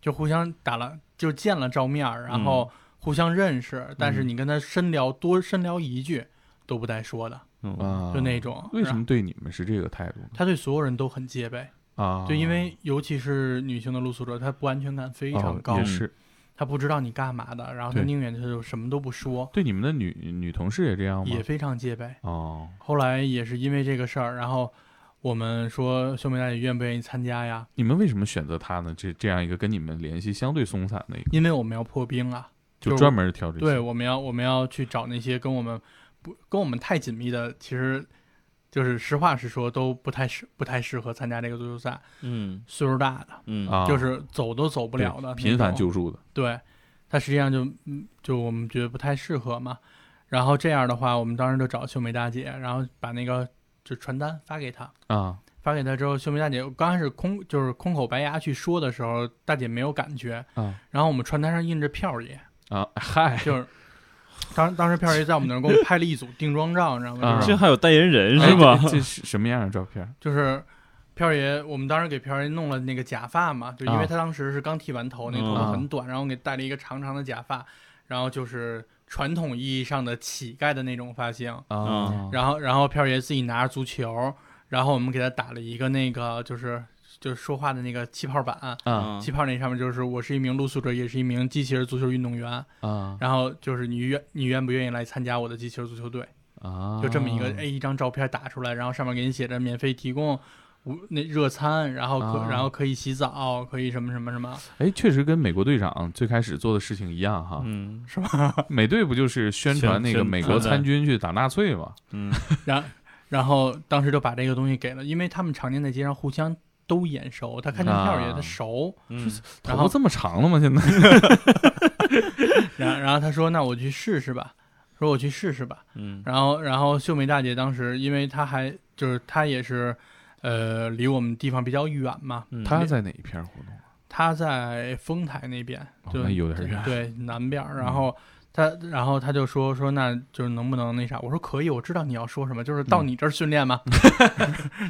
Speaker 2: 就互相打了就见了照面儿，
Speaker 1: 嗯
Speaker 2: 然后互相认识，但是你跟她深聊多深聊一句都不带说的，
Speaker 3: 嗯
Speaker 1: 啊，
Speaker 2: 就那种。
Speaker 1: 为什
Speaker 2: 然后
Speaker 1: 么对你们是这个态度呢？
Speaker 2: 她对所有人都很戒备？
Speaker 1: 啊，
Speaker 2: 就因为尤其是女性的露宿者，她不安全感非
Speaker 1: 非
Speaker 2: 常高，
Speaker 1: 哦也是
Speaker 2: 她不知道你干嘛的，然后她
Speaker 1: 对
Speaker 2: 宁愿她就什么都不说，
Speaker 1: 对你们的女女同事也这样吗
Speaker 2: 也？非常戒备。
Speaker 1: 哦，
Speaker 2: 后来也是因为这个事儿，然后我们说秀梅大姐愿不愿意参加呀？
Speaker 1: 你们为什么选择她呢？这这样一个跟你们联系相对松散的一个，
Speaker 2: 因为我们要破冰啊，
Speaker 1: 就
Speaker 2: 就是
Speaker 1: 专门挑这些
Speaker 2: 对，我们要我们要去找那些跟我们不跟我们太紧密的，其实就是实话实说都不太适不太适合参加这个足球赛，
Speaker 3: 嗯
Speaker 2: 岁数大的，
Speaker 3: 嗯
Speaker 1: 啊，
Speaker 2: 就是走都走不了的那种，
Speaker 1: 频繁救助的，
Speaker 2: 对，他实际上就嗯就我们觉得不太适合嘛。然后这样的话，我们当时就找秀梅大姐，然后把那个就传单发给她，
Speaker 1: 啊，
Speaker 2: 发给她之后，秀梅大姐刚开始空就是空口白牙去说的时候，大姐没有感觉。
Speaker 1: 啊
Speaker 2: 然后我们传单上印着票儿爷，
Speaker 1: 啊，嗨，
Speaker 2: 就是当当时票儿爷在我们那儿给我们拍了一组定妆照，你知道吗？
Speaker 1: 啊
Speaker 2: 就是
Speaker 3: 这还有代言人
Speaker 1: 哎
Speaker 3: 是吧？
Speaker 1: 这这是什么样的照片？
Speaker 2: 就是票儿爷，我们当时给票儿爷弄了那个假发嘛，就因为
Speaker 1: 啊
Speaker 2: 他当时是刚剃完头，那个头
Speaker 1: 嗯
Speaker 2: 发很短，然后给戴了一个长长的假发，然后就是传统意义上的乞丐的那种发型。
Speaker 1: 啊，
Speaker 2: 然后，然后票儿爷自己拿着足球，然后我们给他打了一个那个就是就是说话的那个气泡板，
Speaker 1: 啊
Speaker 3: 嗯
Speaker 2: 气泡那上面就是我是一名露宿者，也是一名机器人足球运动员，
Speaker 1: 啊
Speaker 2: 然后就是你愿你愿不愿意来参加我的机器人足球队？
Speaker 1: 啊，
Speaker 2: 就这么一个哎，一张照片打出来，然后上面给你写着免费提供无那热餐，然后可、
Speaker 1: 啊
Speaker 2: 然后可以洗澡，可以什么什么什么，
Speaker 1: 哎，确实跟美国队长最开始做的事情一样哈。
Speaker 3: 嗯
Speaker 2: 是吧？
Speaker 1: 美队不就是宣传那个
Speaker 3: 宣
Speaker 1: 美国
Speaker 3: 宣传
Speaker 1: 参军去打纳粹吗？
Speaker 3: 嗯
Speaker 2: 然然后当时就把这个东西给了，因为他们常年在街上互相都眼熟，他看见票
Speaker 1: 啊
Speaker 2: 也他熟，
Speaker 3: 嗯
Speaker 1: 头
Speaker 2: 然
Speaker 1: 发
Speaker 2: 后
Speaker 1: 这么长了吗？现在
Speaker 2: 然然后他说那我去试试吧，说我去试试吧，
Speaker 3: 嗯
Speaker 2: 然后然后秀梅大姐当时因为她还就是她也是。呃，离我们地方比较远嘛，
Speaker 3: 嗯
Speaker 1: 他在哪一片活动？
Speaker 2: 她在丰台那边，
Speaker 1: 哦
Speaker 2: 就、
Speaker 1: 那有点远 嗯
Speaker 2: 对南边儿。然后他，然后他就说说，那就是能不能那啥？我说可以，我知道你要说什么，就是到
Speaker 1: 嗯
Speaker 2: 你这儿训练嘛。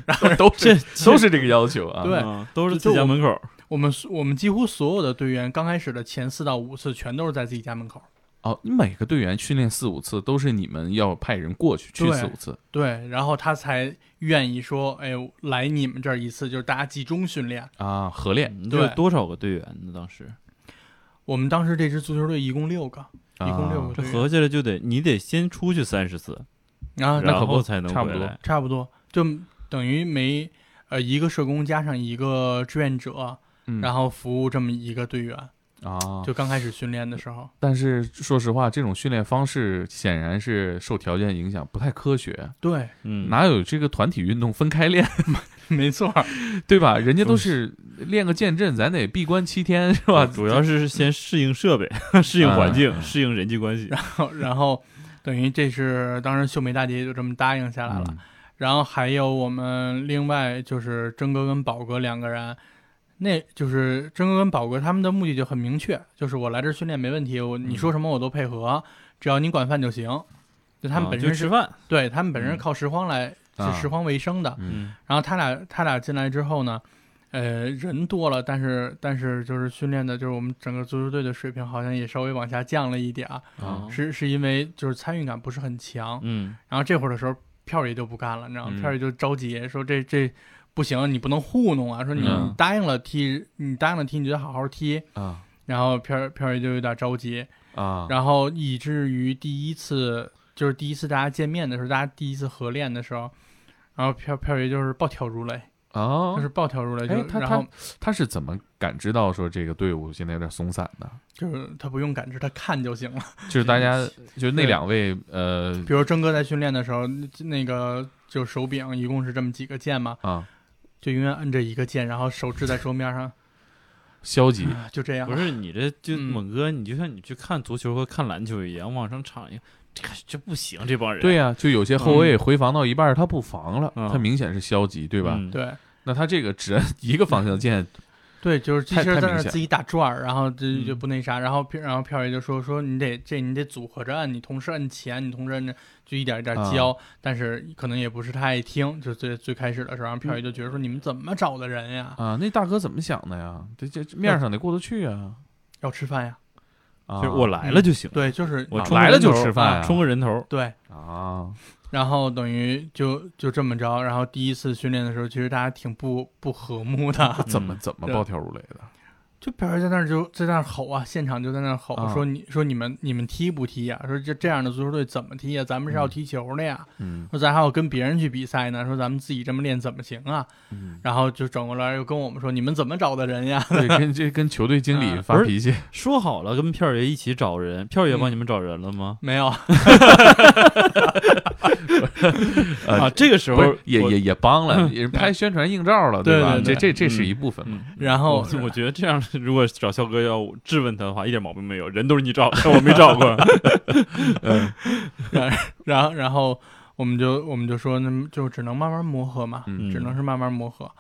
Speaker 2: 然后
Speaker 1: 都是
Speaker 3: 这
Speaker 1: 都是这个要求啊。
Speaker 2: 对
Speaker 3: 啊都是
Speaker 2: 就
Speaker 3: 自家
Speaker 2: 我
Speaker 3: 门口，
Speaker 2: 我们我们几乎所有的队员刚开始的前四到五次全都是在自己家门口。
Speaker 1: 哦，你每个队员训练四五次，都是你们要派人过去去
Speaker 2: 对
Speaker 1: 四五次。
Speaker 2: 对，然后他才愿意说，哎，来你们这儿一次，就是大家集中训练。
Speaker 1: 啊，合练
Speaker 3: 你这有
Speaker 2: 对
Speaker 3: 多少个队员呢？当时
Speaker 2: 我们当时这支足球队一共六个，一共六个
Speaker 1: 啊
Speaker 3: 这
Speaker 2: 队员，啊
Speaker 3: 合起来就得你得先出去三十次，
Speaker 2: 然后
Speaker 1: 那
Speaker 3: 然
Speaker 1: 可不
Speaker 3: 后才能
Speaker 1: 差不
Speaker 3: 回
Speaker 1: 多
Speaker 3: 来。
Speaker 2: 差不多就等于没呃一个社工加上一个志愿者，
Speaker 1: 嗯
Speaker 2: 然后服务这么一个队员。
Speaker 1: 啊。
Speaker 2: 就刚开始训练的时候，
Speaker 1: 但是说实话，这种训练方式显然是受条件影响，不太科学。
Speaker 2: 对，
Speaker 3: 嗯，
Speaker 1: 哪有这个团体运动分开练，
Speaker 2: 没错儿，
Speaker 1: 对吧？人
Speaker 2: 嗯
Speaker 1: 家都是练个剑阵，咱得闭关七天，是吧？
Speaker 3: 主要是先适应 设备、适应
Speaker 1: 啊
Speaker 3: 环境、
Speaker 1: 嗯
Speaker 3: 适应人际关系。
Speaker 2: 然后等于这是当时秀梅大姐就这么答应下来了，
Speaker 1: 嗯
Speaker 2: 然后还有我们另外就是真哥跟宝哥两个人，那就是真哥跟宝哥他们的目的就很明确，就是我来这儿训练没问题，我你
Speaker 1: 嗯
Speaker 2: 说什么我都配合，只要你管饭就行。就他们
Speaker 3: 啊
Speaker 2: 本
Speaker 3: 就
Speaker 2: 身
Speaker 3: 吃
Speaker 2: 是、
Speaker 3: 饭，
Speaker 2: 对他们本身是
Speaker 3: 嗯
Speaker 2: 靠拾荒来、
Speaker 1: 啊
Speaker 2: 是拾荒为生的，
Speaker 1: 嗯
Speaker 3: 嗯
Speaker 2: 然后他俩他俩进来之后呢，呃，人多了，但是但是就是训练的，就是我们整个足球队的水平好像也稍微往下降了一点儿，
Speaker 1: 啊
Speaker 2: 是是因为就是参与感不是很强。
Speaker 3: 嗯
Speaker 2: 然后这会儿的时候，票儿也就不干了，你知道吗？
Speaker 1: 嗯
Speaker 2: 票儿也就着急说这这不行，你不能糊弄啊！说你、
Speaker 1: 嗯
Speaker 2: 你答应了踢，你答应了踢，你就得好好踢。
Speaker 1: 啊
Speaker 2: 然后票儿票儿也就有点着急，
Speaker 1: 啊
Speaker 2: 然后以至于第一次就是第一次大家见面的时候，大家第一次合练的时候，然后票票儿也就是暴跳如雷。
Speaker 1: 哦
Speaker 2: 他是暴跳如来就
Speaker 1: 哎，，他
Speaker 2: 然后
Speaker 1: 他他是怎么感知到说这个队伍现在有点松散的？
Speaker 2: 就是他不用感知，他看就行了。
Speaker 1: 就是大家，就是那两位，呃
Speaker 2: 比如征哥在训练的时候，那个就手柄一共是这么几个键嘛，
Speaker 1: 啊，
Speaker 2: 就永远摁着一个键，然后手指在桌面上，
Speaker 1: 消 极，
Speaker 2: 啊就这样
Speaker 3: 不。是你这就
Speaker 2: 嗯
Speaker 3: 猛哥，你就像你去看足球和看篮球一样，往上场一样，这个这不行，这帮人
Speaker 1: 对呀、就有些后
Speaker 2: 嗯
Speaker 1: 卫回防到一半儿他不防了，
Speaker 3: 嗯
Speaker 1: 他明显是消极，对
Speaker 3: 对
Speaker 1: 吧？？
Speaker 2: 对
Speaker 1: 那他这个只按一个方向键，
Speaker 2: 对，就是机器
Speaker 1: 太
Speaker 2: 人
Speaker 1: 太
Speaker 2: 在
Speaker 1: 明
Speaker 2: 那儿
Speaker 1: 显
Speaker 2: 自己打转儿，然后就
Speaker 3: 嗯
Speaker 2: 就不那啥，然后然后票爷就说说你得这你得组合着按，你同时摁前，你同时摁着，就一点一点
Speaker 1: 啊
Speaker 2: 教，但是可能也不是太爱听，就最最开始的时候，然后
Speaker 1: 嗯
Speaker 2: 票爷就觉得说你们怎么找的人呀？
Speaker 1: 啊，那大哥怎么想的呀？这这这面上得过得去啊！
Speaker 2: 要吃饭呀？
Speaker 1: 啊，
Speaker 3: 就是我来了就行，
Speaker 2: 对，就是
Speaker 3: 我
Speaker 1: 啊
Speaker 3: 冲个
Speaker 1: 来了
Speaker 3: 人
Speaker 1: 就
Speaker 3: 头
Speaker 1: 吃饭
Speaker 3: 啊
Speaker 1: 啊
Speaker 3: 冲个人头，
Speaker 2: 对，
Speaker 1: 啊，
Speaker 2: 然后等于就就这么着，然后第一次训练的时候，其实大家挺不不和睦 的，
Speaker 1: 怎么怎么
Speaker 2: 嗯对
Speaker 1: 暴跳如雷的？
Speaker 2: 就表爷在那儿就在那儿吼啊，现场就在那儿吼、
Speaker 1: 啊
Speaker 2: 说你说你们你们踢不踢呀、说这这样的足球队怎么踢呀、咱们是要
Speaker 1: 嗯
Speaker 2: 踢球的呀，
Speaker 1: 嗯
Speaker 2: 说咱还要跟别人去比赛呢，说咱们自己这么练怎么行啊？
Speaker 1: 嗯，
Speaker 2: 然后就转过来又跟我们说你们怎么找的人呀？
Speaker 1: 对，跟这跟球队经理
Speaker 2: 啊
Speaker 1: 发
Speaker 3: 不是
Speaker 1: 脾气，
Speaker 3: 说好了跟票爷一起找人，票爷帮你们找人了吗？
Speaker 2: 没有，
Speaker 1: 嗯
Speaker 3: 啊，这个时
Speaker 1: 不
Speaker 3: 候
Speaker 1: 是也
Speaker 3: 我
Speaker 1: 也也帮 了，
Speaker 3: 嗯
Speaker 1: 也拍宣传映照了，
Speaker 2: 对
Speaker 1: 吧？
Speaker 2: 对对
Speaker 1: 这这这是一部分嘛。
Speaker 3: 嗯。
Speaker 2: 然 后
Speaker 3: 我我觉得这样，如果找肖哥要质问他的话，一点毛病没有。人都是你找的，我没找过。
Speaker 2: 然后然后我们就我们就说那么就只能慢慢磨合嘛，
Speaker 1: 嗯
Speaker 2: 只能是慢慢磨合。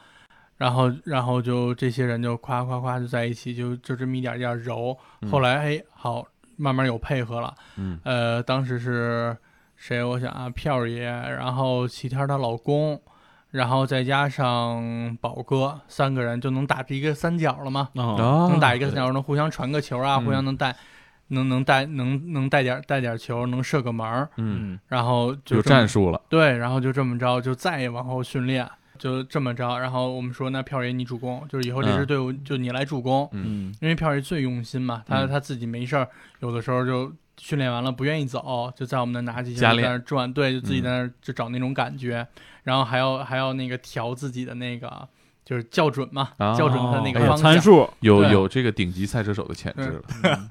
Speaker 2: 然后，然后就这些人就夸夸夸就在一起，就就这么一点一点揉。
Speaker 1: 嗯
Speaker 2: 后来，哎，好，慢慢有配合了。
Speaker 1: 嗯
Speaker 2: 呃，当时是谁？我想啊，票儿爷，然后齐天儿她老公，然后再加上宝哥，三个人就能打出一个三角了嘛？
Speaker 3: 啊，
Speaker 1: 啊嗯
Speaker 2: 能打一个三角，能互相传个球啊，互相能带，能能带能能带点带点球，能射个门儿，
Speaker 1: 嗯，
Speaker 3: 嗯，
Speaker 2: 然后就
Speaker 1: 有
Speaker 2: 这么
Speaker 1: 战术了，
Speaker 2: 对，然后就这么着，就再也往后训练，就这么着。然后我们说，那票爷你主攻，就是以后这支
Speaker 1: 嗯
Speaker 2: 队伍就你来主攻，
Speaker 3: 嗯，
Speaker 2: 因为票爷最用心嘛，他
Speaker 1: 嗯
Speaker 2: 他自己没事儿，有的时候就训练完了不愿意走，就在我们那拿起球
Speaker 1: 瞎
Speaker 2: 在
Speaker 1: 练
Speaker 2: 那儿转，对，就自己
Speaker 1: 嗯
Speaker 2: 在那儿就找那种感觉，然后还要还要那个调自己的那个就是校准嘛，
Speaker 1: 啊
Speaker 2: 校准他那个
Speaker 3: 还有
Speaker 2: 方向。
Speaker 3: 哎参数，
Speaker 1: 有
Speaker 2: 对
Speaker 1: 有这个顶级赛车手的潜质了。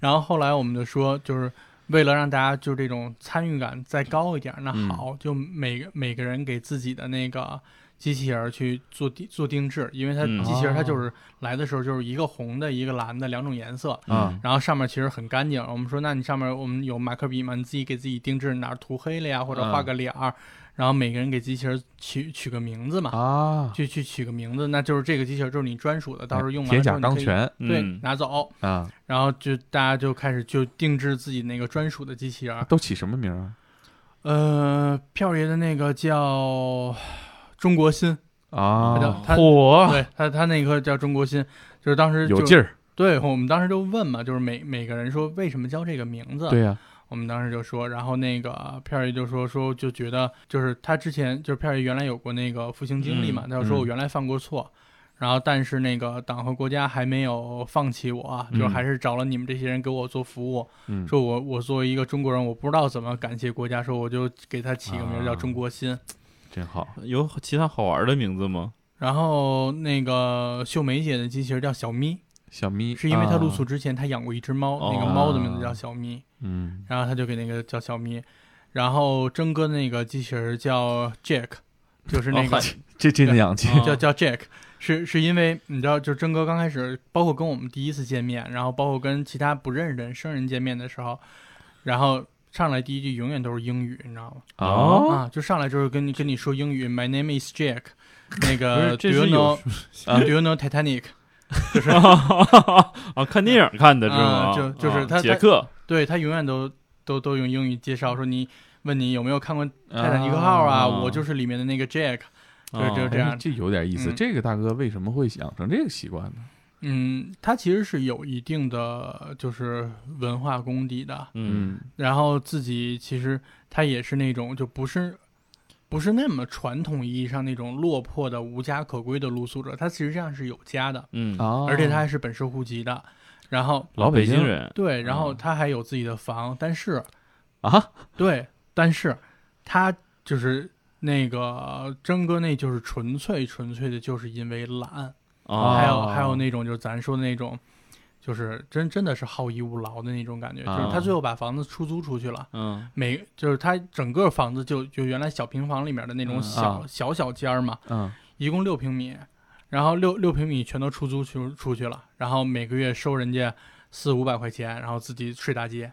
Speaker 2: 然后后来我们就说，就是为了让大家就这种参与感再高一点，那
Speaker 1: 嗯
Speaker 2: 好，就每个每个人给自己的那个机器人儿去做定做定制，因为它
Speaker 3: 嗯
Speaker 2: 机器人儿它
Speaker 1: 哦
Speaker 2: 就是来的时候就是一个红的，一个蓝的两种颜色。
Speaker 1: 啊
Speaker 2: 然后上面其实很干净，我们说，那你上面我们有马克笔嘛，你自己给自己定制哪儿涂黑了呀，或者画
Speaker 1: 嗯
Speaker 2: 个脸儿，然后每个人给机器人儿取取个名字嘛，
Speaker 1: 啊！
Speaker 2: 去去取个名字，那就是这个机器人儿就是你专属的，到时候用完
Speaker 1: 铁
Speaker 2: 了之
Speaker 1: 甲
Speaker 2: 后
Speaker 1: 钢
Speaker 2: 你可以
Speaker 1: 拳
Speaker 2: 对
Speaker 3: 嗯
Speaker 2: 拿走，
Speaker 1: 啊，
Speaker 2: 然后就大家就开始就定制自己那个专属的机器人儿。
Speaker 1: 都起什么名儿
Speaker 2: 呃，票爷的那个叫中国心，
Speaker 1: 啊
Speaker 2: 他叫
Speaker 1: 啊？
Speaker 2: 他
Speaker 1: 火
Speaker 2: 对他他那个叫中国心，就是当时
Speaker 1: 有
Speaker 2: 就
Speaker 1: 劲儿，
Speaker 2: 对我们当时就问嘛，就是每每个人说为什么叫这个名字，
Speaker 1: 对呀，
Speaker 2: 我们当时就说，然后那个片儿爷就说说就觉得就是他之前就是片儿爷原来有过那个服刑经历嘛，
Speaker 3: 嗯
Speaker 2: 他就说我原来犯过错，然后但是那个党和国家还没有放弃我啊，
Speaker 1: 嗯
Speaker 2: 就还是找了你们这些人给我做服务，
Speaker 1: 嗯
Speaker 2: 说我我作为一个中国人，我不知道怎么感谢国家，说我就给他起个名儿叫
Speaker 1: 啊
Speaker 2: 中国心。
Speaker 1: 真好
Speaker 3: 有其他好玩的名字吗？
Speaker 2: 然后那个秀梅姐的机器人叫小咪，
Speaker 1: 小咪
Speaker 2: 是因为她
Speaker 1: 啊
Speaker 2: 露宿之前她养过一只猫，
Speaker 3: 哦
Speaker 2: 那个猫的名字叫小咪。
Speaker 1: 嗯
Speaker 2: 然后他就给那个叫小咪，然后征哥那个机器人叫 Jack，就是那个、
Speaker 3: 哦
Speaker 1: 这这两期
Speaker 3: 啊
Speaker 2: 叫叫 Jack，是是因为你知道，就征哥刚开始，包括跟我们第一次见面，然后包括跟其他不认识的人生人见面的时候，然后上来第一句永远都是英语，你知道吗？
Speaker 1: 哦
Speaker 2: 啊，就上来就是跟你跟你说英语，My name is Jack，那个 Do
Speaker 3: 不是这
Speaker 2: you
Speaker 3: 是
Speaker 2: know
Speaker 3: 有
Speaker 2: Do you know Titanic？
Speaker 3: 是 啊，看电影看的是
Speaker 2: 啊
Speaker 3: 吗？
Speaker 2: 就就是
Speaker 3: 啊
Speaker 2: 他
Speaker 3: 杰克，
Speaker 2: 对他永远都都都用英语介绍说你问你有没有看过《泰坦尼克号》啊，
Speaker 3: 啊
Speaker 2: 我就是里面的那个 Jack。
Speaker 3: 啊
Speaker 2: 就就这
Speaker 1: 哎
Speaker 2: 样
Speaker 1: 这有点意思。
Speaker 2: 嗯
Speaker 1: 这个大哥为什么会养成这个习惯呢？
Speaker 2: 嗯，它其实是有一定的就是文化功底的，
Speaker 3: 嗯，
Speaker 2: 然后自己其实他也是那种就不是不是那么传统意义上那种落魄的无家可归的露宿者，他其实这样是有家的，
Speaker 3: 嗯，
Speaker 1: 啊，
Speaker 2: 而且他还是本市户籍的，然后
Speaker 1: 老
Speaker 3: 北
Speaker 1: 北
Speaker 3: 京人，
Speaker 2: 对，然后他还有自己的房，但是
Speaker 1: 啊，
Speaker 2: 对，但是他就是那个征哥那就是纯粹纯粹的，就是因为懒，
Speaker 3: 啊
Speaker 1: 哦
Speaker 2: 还有还有那种就是咱说的那种，就是真真的是好逸恶劳的那种感觉，就是他
Speaker 3: 啊
Speaker 2: 最后把房子出租出去了。
Speaker 3: 嗯
Speaker 2: 每就是他整个房子就就原来小平房里面的那种
Speaker 3: 嗯
Speaker 2: 小、
Speaker 1: 啊
Speaker 2: 小小间儿嘛，
Speaker 1: 嗯，
Speaker 2: 一共六平米，然后六六平米全都出租出出去了，然后每个月收人家四五百块钱，然后自己睡大街，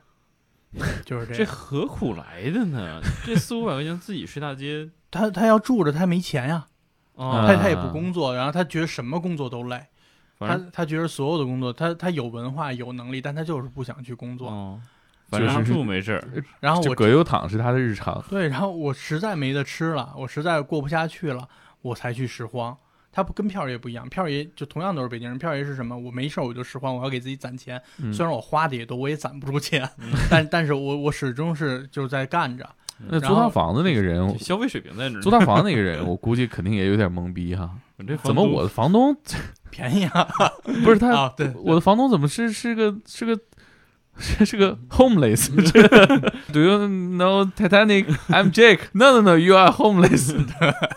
Speaker 2: 就是这
Speaker 3: 这
Speaker 2: 样。
Speaker 3: 何苦来的 呢？这四五百块钱自己睡大街，
Speaker 2: 他他要住着，他没钱呀，
Speaker 3: 哦，
Speaker 2: 他他也
Speaker 1: 啊
Speaker 2: 不工作，然后他觉得什么工作都累，
Speaker 3: 反
Speaker 2: 他
Speaker 3: 正
Speaker 2: 他觉得所有的工作，他他有文化有能力，但他就是不想去工作。
Speaker 3: 哦，
Speaker 1: 就
Speaker 3: 反正
Speaker 1: 是
Speaker 3: 住没事儿，
Speaker 2: 然后
Speaker 1: 这
Speaker 2: 我
Speaker 1: 葛优躺是他的日 常，
Speaker 2: 对，然后我实在没得吃了，我实在过不下去了，我才去拾荒。他不跟票爷不一样，票爷就同样都是北京人，票爷是什么？我没事儿我就拾荒，我要给自己攒钱。
Speaker 1: 嗯
Speaker 2: 虽然我花的也多，我也攒不住钱，
Speaker 3: 嗯
Speaker 2: 但但是我我始终是就是在干着。
Speaker 1: 那
Speaker 2: 然
Speaker 1: 租他
Speaker 2: 后
Speaker 1: 房子那个人，
Speaker 3: 这消费水平在这儿呢。
Speaker 1: 租他房子那个人，我估计肯定也有点懵逼哈。
Speaker 3: 我这
Speaker 1: 怎么我的房东
Speaker 2: 便宜啊！
Speaker 1: 不是他？
Speaker 2: 啊对对
Speaker 1: 我的房东怎么是是个是个是是
Speaker 2: 嗯
Speaker 1: 个 homeless？这个 Do you know Titanic? I'm Jack. No, no, no. You are homeless.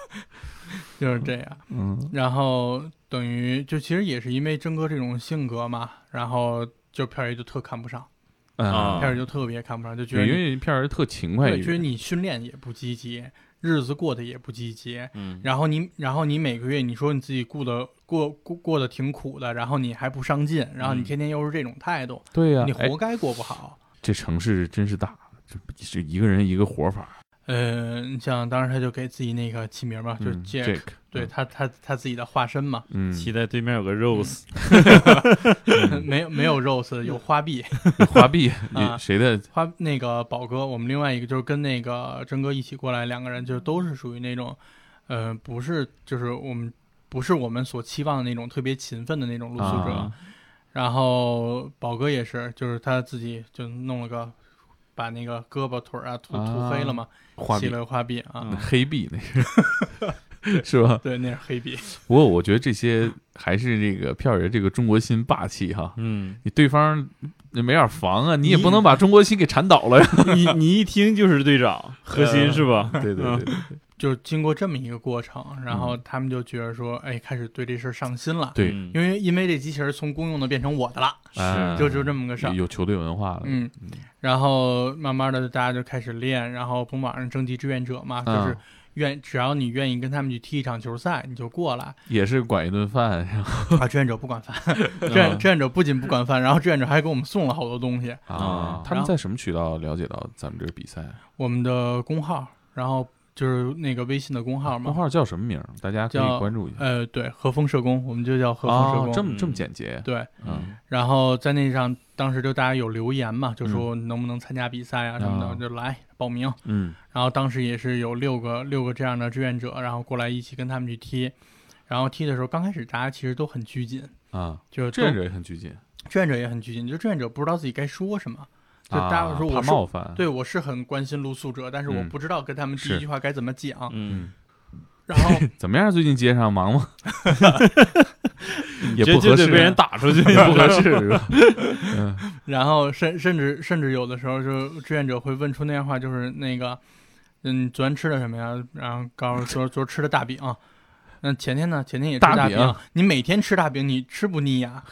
Speaker 2: 就是这样。
Speaker 1: 嗯
Speaker 2: 然后等于就其实也是因为征哥这种性格嘛，然后就票爷就特看不上，
Speaker 1: 啊
Speaker 3: 啊，
Speaker 2: 票爷就特别看不上，就觉
Speaker 1: 因
Speaker 2: 得你
Speaker 1: 为片儿特勤快
Speaker 2: 对，
Speaker 1: 一
Speaker 2: 觉得
Speaker 1: 点，
Speaker 2: 你训练也不积极，日子过得也不积极，
Speaker 3: 嗯
Speaker 2: 然后你，然后你每个月你说你自己过得过过过得挺苦的，然后你还不上进，然后你
Speaker 3: 嗯
Speaker 2: 天天又是这种态度，
Speaker 1: 对呀
Speaker 2: 你，
Speaker 1: 哎
Speaker 2: 活，该过不好。
Speaker 1: 这城市真是大，这这一个人一个活法。
Speaker 2: 呃，你像当时他就给自己那个起名嘛，就是
Speaker 1: 嗯
Speaker 2: Jack，、
Speaker 1: Jack，
Speaker 2: 对他他他自己的化 身嘛，
Speaker 1: 嗯，
Speaker 3: 期待对面有个 Rose，
Speaker 2: 没有没有 Rose，有花臂，
Speaker 1: 花臂，
Speaker 2: 啊
Speaker 1: 你谁的？
Speaker 2: 花那个宝哥，我们另外一个就是跟那个真哥一起过来，两个人就都是属于那种，呃，不是就是我们不是我们所期望的那种特别勤奋的那种露宿者。
Speaker 1: 啊
Speaker 2: 然后宝哥也是，就是他自己就弄了个，把那个胳膊腿儿啊涂涂
Speaker 1: 啊
Speaker 2: 黑了嘛，
Speaker 1: 花
Speaker 2: 起
Speaker 1: 臂
Speaker 2: 了，个花臂啊，
Speaker 3: 嗯
Speaker 1: 黑臂那是 是吧？
Speaker 2: 对，那是黑臂，
Speaker 1: 不过我觉得这些还是这个票爷这个中国心霸气哈，
Speaker 3: 嗯，
Speaker 1: 你对方没法防啊，你也
Speaker 3: 你
Speaker 1: 不能把中国心给缠倒了呀。
Speaker 3: 你你一听就是队长， 核心是吧？
Speaker 1: 对对对对
Speaker 2: 就是经过这么一个过程，然后他们就觉得说，哎，开始对这事儿上心了，
Speaker 1: 对
Speaker 3: 嗯
Speaker 2: 因为因为这机器人从公用的变成我的了，
Speaker 1: 啊
Speaker 2: 就就这么个事儿
Speaker 1: 有，有球队文化了，
Speaker 2: 嗯，然后慢慢的大家就开始练，然后从网上征集志愿者嘛，就是
Speaker 1: 啊
Speaker 2: 愿只要你愿意跟他们去踢一场球赛，你就 过来
Speaker 1: 也是管一顿饭，然后
Speaker 2: 啊。志愿者不管 饭，志愿
Speaker 1: 嗯
Speaker 2: 志愿者不仅不管饭，然后志愿者还给我们送了好多东西，
Speaker 1: 啊
Speaker 3: 啊，
Speaker 1: 他们在什么渠道了解到咱们这个比赛？
Speaker 2: 我们的公号，然后就是那个微信的公号
Speaker 1: 漫
Speaker 2: 嘛，
Speaker 1: 画叫什么名儿？大家可以
Speaker 2: 叫
Speaker 1: 关注一下。
Speaker 2: 呃，对，和风社工，我们就叫和风社
Speaker 1: 啊，
Speaker 2: 工，
Speaker 1: 这么这么
Speaker 3: 嗯
Speaker 1: 简洁，
Speaker 2: 对。
Speaker 1: 嗯
Speaker 2: 然后在那上，当时就大家有留言嘛，就说能不能参加比赛啊什么的，
Speaker 1: 嗯啊
Speaker 2: 就来报名。
Speaker 1: 嗯
Speaker 2: 然后当时也是有六个六个这样的志愿者，然后过来一起跟他们去踢。然后踢的时候，刚开始大家其实都很拘谨，
Speaker 1: 啊，
Speaker 2: 就是
Speaker 1: 志
Speaker 2: 都
Speaker 1: 愿者也很拘谨，
Speaker 2: 志愿者也很拘谨，就志愿者不知道自己该说什么，就
Speaker 1: 啊
Speaker 2: 大家说
Speaker 1: 怕
Speaker 2: 我是、
Speaker 1: 冒犯，
Speaker 2: 对我是很关心露宿者，但是我
Speaker 1: 嗯
Speaker 2: 不知道跟他们第一
Speaker 1: 是
Speaker 2: 句话该怎么讲。
Speaker 3: 嗯，
Speaker 2: 然后
Speaker 1: 怎么样？最近街上忙吗？也
Speaker 3: 这
Speaker 1: 不合
Speaker 3: 就
Speaker 1: 适
Speaker 3: 得
Speaker 1: 啊，
Speaker 3: 被人打出去，
Speaker 1: 也不合适， 是吧？嗯
Speaker 2: 然后甚甚至甚至有的时候就志愿者会问出那样话，就是那个，嗯，昨天吃的什么呀？然后告诉说昨儿吃的大饼。嗯，前天呢？前天也吃
Speaker 1: 大
Speaker 2: 大
Speaker 1: 饼
Speaker 2: 饼。你每天吃大饼，你吃不腻呀？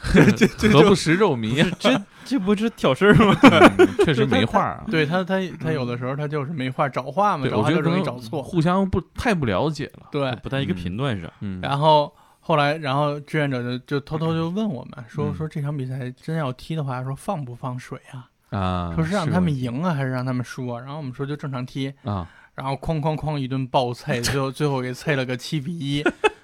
Speaker 1: 何不食肉糜啊？
Speaker 3: 这这不是挑事儿吗？
Speaker 1: 嗯确实没话儿啊。
Speaker 2: 对他，他他有的时候他就是没话找话嘛，
Speaker 1: 对，
Speaker 2: 找
Speaker 1: 我
Speaker 2: 话
Speaker 1: 觉
Speaker 2: 就
Speaker 1: 得可
Speaker 2: 容
Speaker 1: 能
Speaker 2: 易找错。
Speaker 1: 互相不太不了解了。
Speaker 2: 对，
Speaker 3: 不在一个频段上，
Speaker 1: 嗯，
Speaker 2: 然后后来，然后志愿者就就偷偷就问我们说
Speaker 1: 嗯
Speaker 2: 说这场比赛真要踢的话，说放不放水啊？
Speaker 1: 啊，
Speaker 2: 说是让
Speaker 1: 个
Speaker 2: 他
Speaker 1: 问
Speaker 2: 们
Speaker 1: 题
Speaker 2: 赢啊，还是让他们输啊？然后我们说就正常踢，
Speaker 1: 啊，
Speaker 2: 然后哐哐哐一顿暴菜，最后最后给菜了个七比一。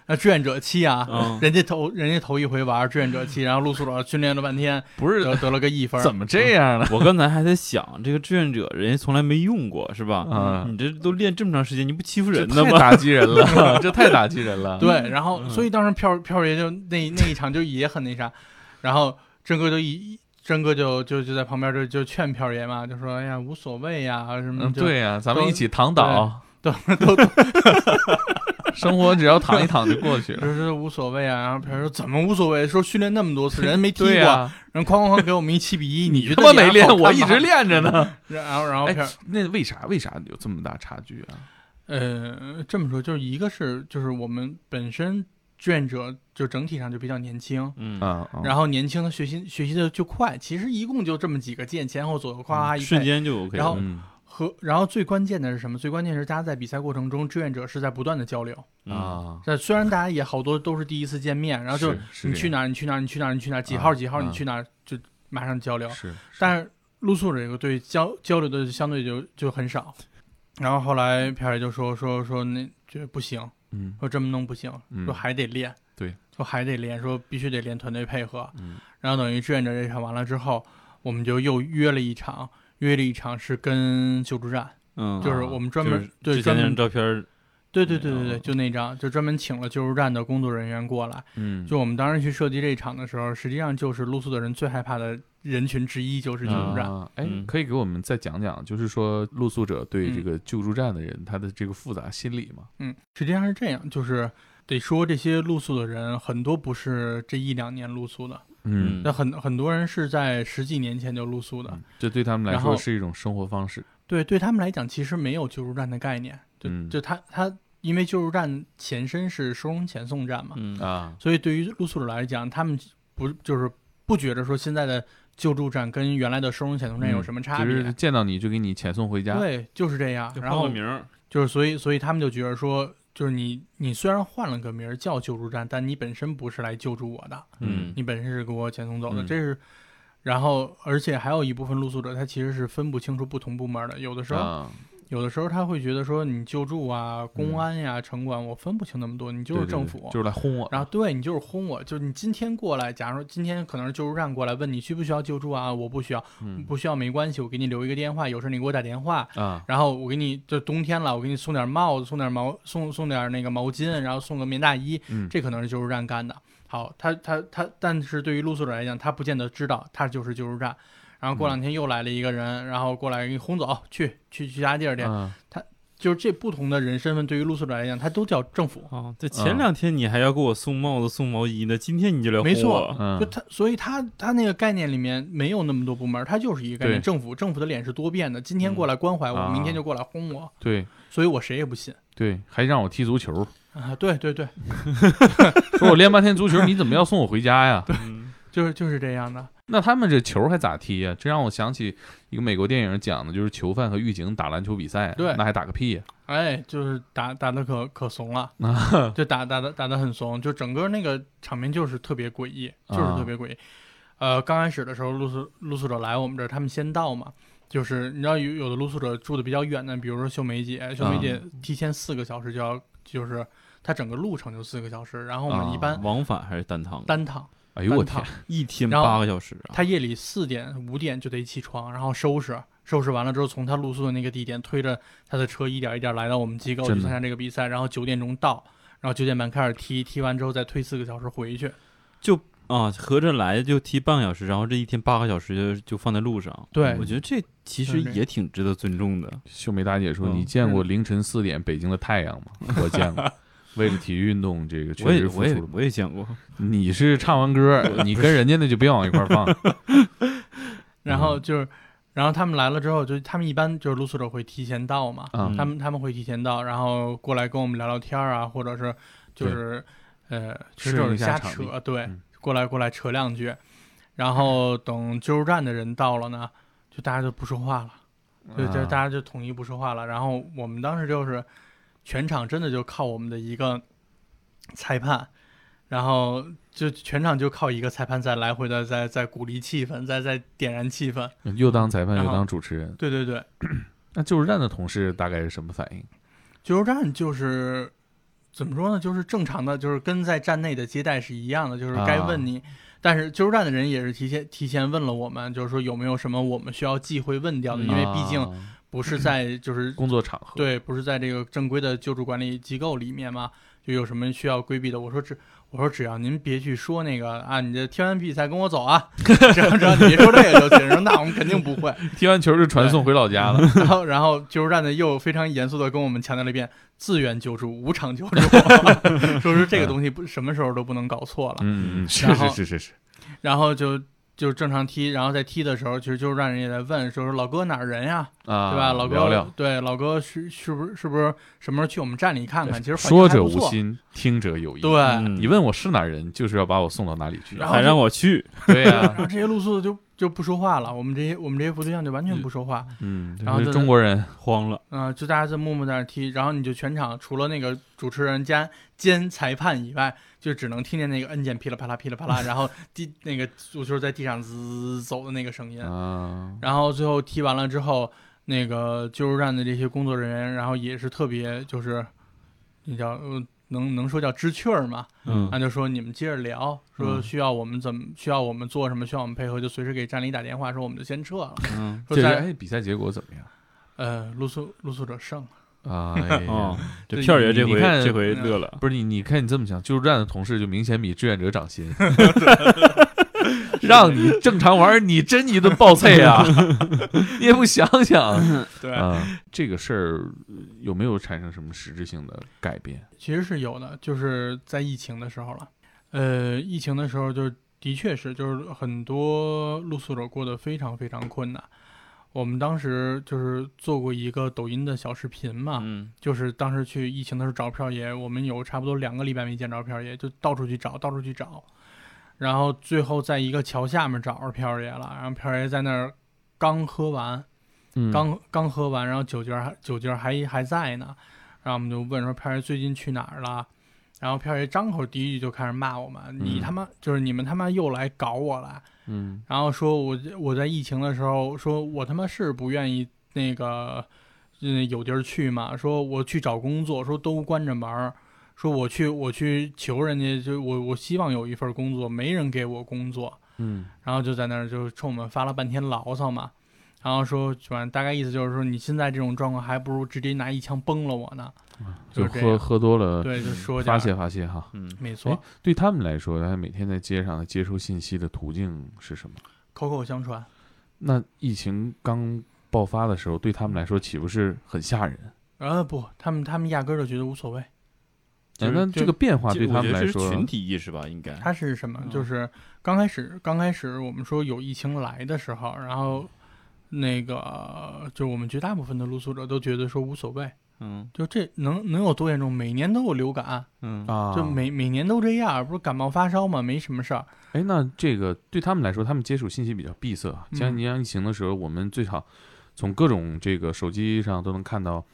Speaker 2: 那志愿者七啊，
Speaker 3: 嗯
Speaker 2: 人家头人家头一回玩志愿者七，然后陆宿长训练了半天，
Speaker 1: 不是
Speaker 2: 得得了个一分。
Speaker 1: 怎么这样了
Speaker 3: 我刚才还在想，这个志愿者人家从来没用过，是吧？
Speaker 1: 啊？
Speaker 2: 嗯
Speaker 3: 你这都练这么长时间，你不欺负人
Speaker 1: 这
Speaker 3: 呢
Speaker 1: 太
Speaker 3: 吗？
Speaker 1: 打击人了，这太打击人了。
Speaker 2: 对，然后所以当时票票爷就那那一场就也很那啥， 然后真哥就一真哥就就就在旁边就就劝票爷嘛，就说哎呀无所谓呀什么
Speaker 1: 嗯，
Speaker 2: 就，
Speaker 1: 对呀，咱们一起躺倒，
Speaker 2: 都都都
Speaker 1: 生活只要躺一躺就过 去了。
Speaker 2: 就是无所谓啊。然后票爷说怎么无所谓？说训练那么多 次，人没踢过，
Speaker 1: 对呀，
Speaker 2: 人哐哐哐给我们一七 比一，你觉
Speaker 1: 他
Speaker 2: 得
Speaker 1: 妈
Speaker 2: 这
Speaker 1: 没
Speaker 2: 样
Speaker 1: 练，
Speaker 2: 好看
Speaker 1: 我一
Speaker 2: 吗嗯
Speaker 1: 直。练着呢。
Speaker 2: 然后然后
Speaker 1: 哎
Speaker 2: 票。，
Speaker 1: 那为啥为啥有这么大差距啊？
Speaker 2: 呃，这么说就是一个是就是我们本身志愿者就整体上就比较年轻，
Speaker 3: 嗯，
Speaker 1: 啊，啊
Speaker 2: 然后年轻的学习学习的就快，其实一共就这么几个键，前后左右夸一拍
Speaker 3: 瞬间就 OK
Speaker 2: 然后
Speaker 3: 了。
Speaker 1: 嗯
Speaker 2: 和然后最关键的是什么？最关键是大家在比赛过程中，志愿者是在不断的交流。
Speaker 3: 嗯，
Speaker 1: 啊，
Speaker 2: 但虽然大家也好多都是第一次见面，然后就是
Speaker 1: 是
Speaker 2: 你
Speaker 1: 这
Speaker 2: 去
Speaker 1: 样
Speaker 2: 哪儿，你去哪儿，你去哪儿，你去哪儿，几
Speaker 1: 啊
Speaker 2: 号几号，
Speaker 1: 啊
Speaker 2: 你去哪儿就马上交流。
Speaker 1: 是，
Speaker 2: 但是露宿者有个对交交流的相对就就很少。然后后来飘姐就说说说那这不行，
Speaker 1: 嗯
Speaker 2: 说这么弄不行，
Speaker 1: 嗯
Speaker 2: 说还得练，
Speaker 1: 对，
Speaker 2: 说还得练，说必须得练团队配合。
Speaker 1: 嗯
Speaker 2: 然后等于志愿者这场完了之后，我们就又约了一场，约了一场是跟救助站，
Speaker 3: 嗯，
Speaker 2: 就是
Speaker 1: 啊
Speaker 2: 我们专
Speaker 3: 就
Speaker 2: 门、
Speaker 3: 是
Speaker 2: 对
Speaker 3: 之前
Speaker 2: 专
Speaker 3: 那张
Speaker 2: 门
Speaker 3: 照片儿，
Speaker 2: 对对对对对，
Speaker 3: 嗯
Speaker 2: 就那张就专门请了救助站的工作人员过来。
Speaker 1: 嗯，
Speaker 2: 就我们当时去设计这一场的时候，实际上就是露宿的人最害怕的人群之一就是救助站。
Speaker 1: 啊，哎，
Speaker 3: 嗯
Speaker 1: 可以给我们再讲讲，就是说露宿者对这
Speaker 2: 嗯
Speaker 1: 个救助站的人他的这个复杂心理嘛？
Speaker 2: 嗯，实际上是这样，就是得说这些露宿的人很多不是这一两年露宿的，
Speaker 3: 嗯
Speaker 2: 那、很很多人是在十几年前就露宿的。
Speaker 1: 嗯这对他们来
Speaker 2: 然
Speaker 1: 说
Speaker 2: 后
Speaker 1: 是一种生活方式。
Speaker 2: 对，对他们来讲其实没有救助站的概念，就、
Speaker 1: 嗯
Speaker 2: 就他他因为救助站前身是收容遣送站嘛，
Speaker 3: 嗯
Speaker 1: 啊，
Speaker 2: 所以对于露宿者来讲，他们不就是不觉着说现在的救助站跟原来的收容遣送站有什么差
Speaker 1: 就
Speaker 2: 别？
Speaker 1: 嗯是见到你就给你遣送回家。啊
Speaker 2: 对，就是这样。
Speaker 3: 就
Speaker 2: 然
Speaker 3: 报个
Speaker 2: 后
Speaker 3: 名儿，
Speaker 2: 就是所以所以他们就觉得说，就是你你虽然换了个名儿叫救助站，但你本身不是来救助我的，
Speaker 1: 嗯
Speaker 2: 你本身是给我遣送走的，
Speaker 1: 嗯
Speaker 2: 这是。然后，而且还有一部分露宿者，他其实是分不清楚不同部门的。有的时候，
Speaker 1: 啊，
Speaker 2: 有的时候他会觉得说，你救助啊、公安呀、城管，我分不清那么多，你
Speaker 1: 嗯
Speaker 2: 就
Speaker 1: 对
Speaker 2: 是
Speaker 1: 对
Speaker 2: 政
Speaker 1: 对
Speaker 2: 府，
Speaker 1: 就是来轰我。
Speaker 2: 然后对你就是轰我，就是你今天过来，假如说今天可能是救助站过来问你需不需要救助啊，我不需要，
Speaker 1: 嗯
Speaker 2: 不需要没关系，我给你留一个电话，有事你给我打电话。
Speaker 1: 啊，
Speaker 2: 然后我给你，就冬天了，我给你送点帽子，送点毛，送送点那个毛巾，然后送个棉大衣，
Speaker 1: 嗯，
Speaker 2: 这可能是救助站干的。好，他他他，但是对于露宿者来讲，他不见得知道他就是救助站。然后过
Speaker 1: 嗯
Speaker 2: 两天又来了一个人，然后过来给你轰走，去去去其他地儿去。
Speaker 1: 啊
Speaker 2: 就是这不同的人身份，对于露宿者来讲，他都叫政府。
Speaker 3: 啊，这
Speaker 1: 啊
Speaker 3: 前两天你还要给我送帽子、送毛衣呢，今天你就来
Speaker 2: 没
Speaker 3: 哄
Speaker 2: 错
Speaker 3: 我
Speaker 2: 哦就
Speaker 1: 嗯，
Speaker 2: 他，所以他他那个概念里面没有那么多部门，他就是一个概念。
Speaker 1: 对
Speaker 2: 政府政府的脸是多变的，今天过来关怀我，
Speaker 1: 啊
Speaker 2: 明天就过来轰我，
Speaker 1: 对
Speaker 2: 所以我谁也不信
Speaker 1: 对，还让我踢足球，
Speaker 2: 啊！对对对，
Speaker 1: 说我练半天足球，你怎么要送我回家呀？
Speaker 3: 嗯
Speaker 2: 就是就是这样的。
Speaker 1: 那他们这球还咋踢呀？这让我想起一个美国电影讲的，就是囚犯和狱警打篮球比赛，
Speaker 2: 对
Speaker 1: 那还打个屁呀！
Speaker 2: 哎，就是打打的可可怂了，
Speaker 1: 啊
Speaker 2: 就打打的打的很怂，就整个那个场面就是特别诡异，就是
Speaker 1: 啊
Speaker 2: 特别诡异。呃，刚开始的时候，露宿露宿者来我们这儿，他们先到嘛，就是你知道有有的露宿者住的比较远的，比如说秀梅姐，秀梅姐
Speaker 1: 啊
Speaker 2: 提前四个小时就要，就是她整个路程就四个小时，然后我
Speaker 1: 啊
Speaker 2: 们一般
Speaker 3: 往返还是单趟？
Speaker 2: 单趟，
Speaker 1: 哎呦我
Speaker 2: 单
Speaker 1: 天
Speaker 2: 趟，
Speaker 3: 一天
Speaker 2: 然后
Speaker 3: 八个小时啊！
Speaker 2: 她夜里四点五点就得起床，然后收拾。收拾完了之后，从她露宿的那个地点推着她的车一点一点来到我们机构
Speaker 1: 真
Speaker 2: 去
Speaker 1: 的
Speaker 2: 参加这个比赛，然后九点钟到，然后九点半开始踢，踢完之后再推四个小时回去。
Speaker 3: 啊，合着来就踢半个小时，然后这一天八个小时就就放在路上。
Speaker 2: 对
Speaker 3: 我觉得这其
Speaker 2: 是
Speaker 3: 实
Speaker 2: 这样
Speaker 3: 也挺值得尊重的。
Speaker 1: 秀梅大姐说：“
Speaker 3: 嗯
Speaker 1: 你见过凌晨四点北京的太阳吗？” 我见过。 为了体育运动，这个确
Speaker 3: 我也
Speaker 1: 实付
Speaker 3: 我
Speaker 1: 出
Speaker 3: 也
Speaker 1: 了。
Speaker 3: 我也见过，
Speaker 1: 你是唱完 歌，你跟人家那就别往一块儿放。
Speaker 2: 然后
Speaker 1: 嗯
Speaker 2: 就是，然后他们来了之后，就他们一般就是露宿者会提前到嘛，
Speaker 1: 啊
Speaker 3: 嗯
Speaker 2: 他们他们会提前到，然后过来跟我们聊聊天儿啊，或者是就是呃，其实
Speaker 1: 适
Speaker 2: 就
Speaker 1: 应一
Speaker 2: 是
Speaker 1: 下
Speaker 2: 瞎
Speaker 1: 场地
Speaker 2: 扯，对
Speaker 1: 嗯，
Speaker 2: 过来过来扯两句，然后等救助站的人到了呢，就大家就不说话了，就就
Speaker 1: 啊
Speaker 2: 大家就统一不说话了。然后我们当时就是全场真的就靠我们的一个裁判。然后就全场就靠一个裁判在来回的在在鼓励气氛，在在点燃气氛，
Speaker 1: 又当裁判
Speaker 2: 然
Speaker 1: 又
Speaker 2: 后
Speaker 1: 当主持人。
Speaker 2: 对对对，
Speaker 1: 那救助站的同事大概是什么反应？
Speaker 2: 救助站就是怎么说呢？就是正常的，就是跟在站内的接待是一样的，就是该问你。但是救助站的人也是提前提前问了我们，就是说有没有什么我们需要忌讳问掉的，
Speaker 3: 嗯
Speaker 2: 因为毕竟
Speaker 1: 啊
Speaker 2: 不是在就是
Speaker 1: 工作场合，
Speaker 2: 对，不是在这个正规的救助管理机构里面嘛，就有什么需要规避的？我说只我说只要您别去说那个啊，你这踢完比赛跟我走啊， 只要只要你别说这个就行。说那我们肯定不会。
Speaker 1: 踢完球就传送回老家了。
Speaker 2: 然后，然后救助站的又非常严肃的跟我们强调了一遍自愿救助、无偿救助， 说是这个东西不什么时候都不能搞错了。
Speaker 1: 嗯，嗯是
Speaker 2: 然
Speaker 1: 是
Speaker 2: 后
Speaker 1: 是是是，
Speaker 2: 然后就就是正常踢，然后在踢的时候，其实就是让人家来问，说说老哥哪儿人呀，
Speaker 1: 啊，
Speaker 2: 对吧？老哥，
Speaker 1: 聊聊，
Speaker 2: 对老哥是是不是是不是什么时候去我们站里看看？其实环境
Speaker 1: 说
Speaker 2: 还
Speaker 1: 者
Speaker 2: 不
Speaker 1: 无
Speaker 2: 错，
Speaker 1: 心，听者有意。
Speaker 2: 对。，
Speaker 3: 嗯
Speaker 1: 哎你问我是哪人，就是要把我送到哪里去。
Speaker 2: 然后啊
Speaker 3: 还让 我去，
Speaker 1: 对
Speaker 2: 然
Speaker 1: 呀，
Speaker 2: 后这些露宿的就就不说话了，我们这些我们这些服对象就完全不说话，
Speaker 1: 嗯，
Speaker 2: 然后
Speaker 1: 就是
Speaker 2: 就
Speaker 1: 中国人，
Speaker 3: 慌了，
Speaker 2: 嗯、就大家在默默在那儿踢，然后你就全场除了那个主持人兼兼裁判以外，就只能听见那个按键噼里啪啦噼里啪啦，然后地那个足球在地上滋走的那个声音。
Speaker 1: 啊，
Speaker 2: 然后最后踢完了之后，那个救助站的这些工作人员，然后也是特别就是，那叫呃能能说叫知趣儿嘛，
Speaker 1: 嗯
Speaker 2: 那就说你们接着聊，说
Speaker 3: 嗯
Speaker 2: 需要我们怎么需要我们做什么，需要我们配合，就随时给站里打电话，说我们就先撤了，
Speaker 3: 嗯，
Speaker 2: 说
Speaker 1: 这
Speaker 2: 在
Speaker 1: 哎，比赛结果怎么样？
Speaker 2: 呃露宿露宿者胜了。
Speaker 1: 啊， 哎呀
Speaker 3: 哦，这
Speaker 1: 对
Speaker 3: 片儿爷
Speaker 1: 你
Speaker 3: 这
Speaker 1: 你
Speaker 3: 回
Speaker 1: 看嗯
Speaker 3: 这回乐了，
Speaker 1: 不是你，你看你这么想，救助站的同事就明显比志愿者长 心，让你正常玩儿，你真一顿暴菜啊！ 你也不想想
Speaker 2: 对
Speaker 1: 啊，这个事儿呃有没有产生什么实质性的改变？
Speaker 2: 其实是有的，就是在疫情的时候了。呃，疫情的时候就的确是，就是很多露宿者过得非常非常困难。我们当时就是做过一个抖音的小视频
Speaker 1: 啊
Speaker 2: 嘛，
Speaker 3: 嗯
Speaker 2: 就是当时去疫情的时候找票爷，我们有差不多两个礼拜没见着票爷，就到处去找，到处去找，然后最后在一个桥下面找着票爷了，然后票爷在那儿刚喝完，
Speaker 1: 嗯
Speaker 2: 刚刚喝完，然后酒劲儿还酒劲儿还还在呢，然后我们就问说飘爷最近去哪儿了，然后飘爷张口第一句就开始骂我们，你他妈就是你们他妈又来搞我了，
Speaker 1: 嗯
Speaker 2: 然后说我我在疫情的时候说我他妈是不愿意那个嗯有地儿去嘛，说我去找工作，说都关着门儿。说我去，我去求人家，就我我希望有一份工作，没人给我工作，
Speaker 1: 嗯
Speaker 2: 然后就在那儿就冲我们发了半天牢骚嘛，然后说反正大概意思就是说你现在这种状况还不如直接拿一枪崩了我呢，
Speaker 1: 就
Speaker 2: 就是这
Speaker 1: 喝
Speaker 2: 样
Speaker 1: 喝多了，
Speaker 2: 对，就说点
Speaker 1: 呃嗯发
Speaker 2: 儿
Speaker 1: 泄发泄哈。
Speaker 3: 嗯，
Speaker 2: 没错，
Speaker 1: 对他们来说，他每天在街上接收信息的途径是什么？
Speaker 2: 口口相传，
Speaker 1: 那疫情刚爆发的时候，对他们来说岂不是很吓人？
Speaker 2: 呃不，他们他们压根儿就觉得无所谓，
Speaker 1: 嗯那
Speaker 3: 就是
Speaker 1: 哎那
Speaker 2: 就
Speaker 1: 这个变化
Speaker 3: 这
Speaker 1: 对
Speaker 3: 我
Speaker 1: 他
Speaker 3: 觉
Speaker 1: 们
Speaker 3: 得
Speaker 1: 来
Speaker 3: 这是
Speaker 1: 说，
Speaker 3: 群体意识吧，应该，
Speaker 2: 它是什么？
Speaker 3: 嗯
Speaker 2: 就是刚开始刚开始我们说有疫情来的时候，然后那个就我们绝大部分的露宿者都觉得说无所谓，
Speaker 3: 嗯
Speaker 2: 就这能能有多严重？每年都有流感，
Speaker 3: 嗯
Speaker 1: 啊，
Speaker 2: 就每每年都这样，不是感冒发烧嘛，没什么事儿。
Speaker 1: 哎，那这个对他们来说，他们接触信息比较闭塞啊。
Speaker 2: 嗯
Speaker 1: 像你像疫情的时候，我们最少从各种这个手机上都能看到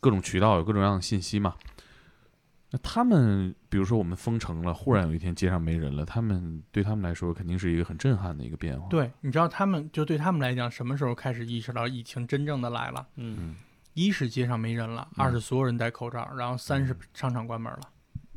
Speaker 1: 各种渠道有各种各样的信息嘛。那他们，比如说我们封城了，忽然有一天街上没人了，他们对他们来说肯定是一个很震撼的一个变化。，
Speaker 2: 对，你知道他们就对他们来讲，什么时候开始意识到疫情真正的来了？
Speaker 3: 嗯
Speaker 1: 嗯
Speaker 2: 一是街上没人了，二是所有人戴口罩，然后三是商场关门了。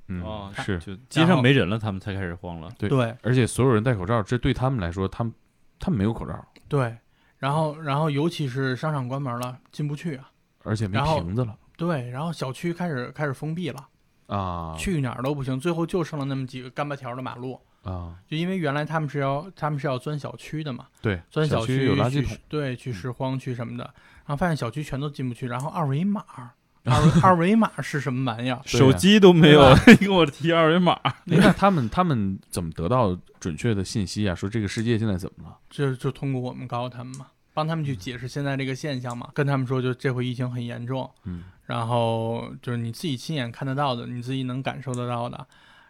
Speaker 1: 嗯，
Speaker 3: 哦
Speaker 1: 是，
Speaker 3: 就街上没人了，他们才开始慌了，
Speaker 1: 对
Speaker 2: 对
Speaker 1: 而且所有人戴口罩，这对他们来说，他们他们没有口罩，
Speaker 2: 对，然后然后尤其是商场关门了，进不去啊。
Speaker 1: 而且没
Speaker 2: 然后
Speaker 1: 瓶子了
Speaker 2: 对，然后小区开始开始封闭了，
Speaker 1: 啊，
Speaker 2: 去哪儿都不行，最后就剩了那么几个干巴条的马路。
Speaker 1: 啊，
Speaker 2: 就因为原来他们是要他们是要钻小区的嘛，
Speaker 1: 对，
Speaker 2: 钻
Speaker 1: 小
Speaker 2: 区
Speaker 1: 有垃
Speaker 2: 去
Speaker 1: 圾桶，嗯
Speaker 2: 对，去拾荒去什么的，然后发现小区全都进不去，然后二维码， 二维二维码是什么玩意儿？
Speaker 1: 对
Speaker 3: 手机都没有， 给我提二维码，
Speaker 1: 哎 那他们他们怎么得到准确的信息啊？说这个世界现在怎么了？
Speaker 2: 就就通过我们告诉他们嘛，帮他们去解释现在这个现象嘛，跟他们说就这回疫情很严重，
Speaker 1: 嗯，
Speaker 2: 然后就是你自己亲眼看得到的，你自己能感受得到的，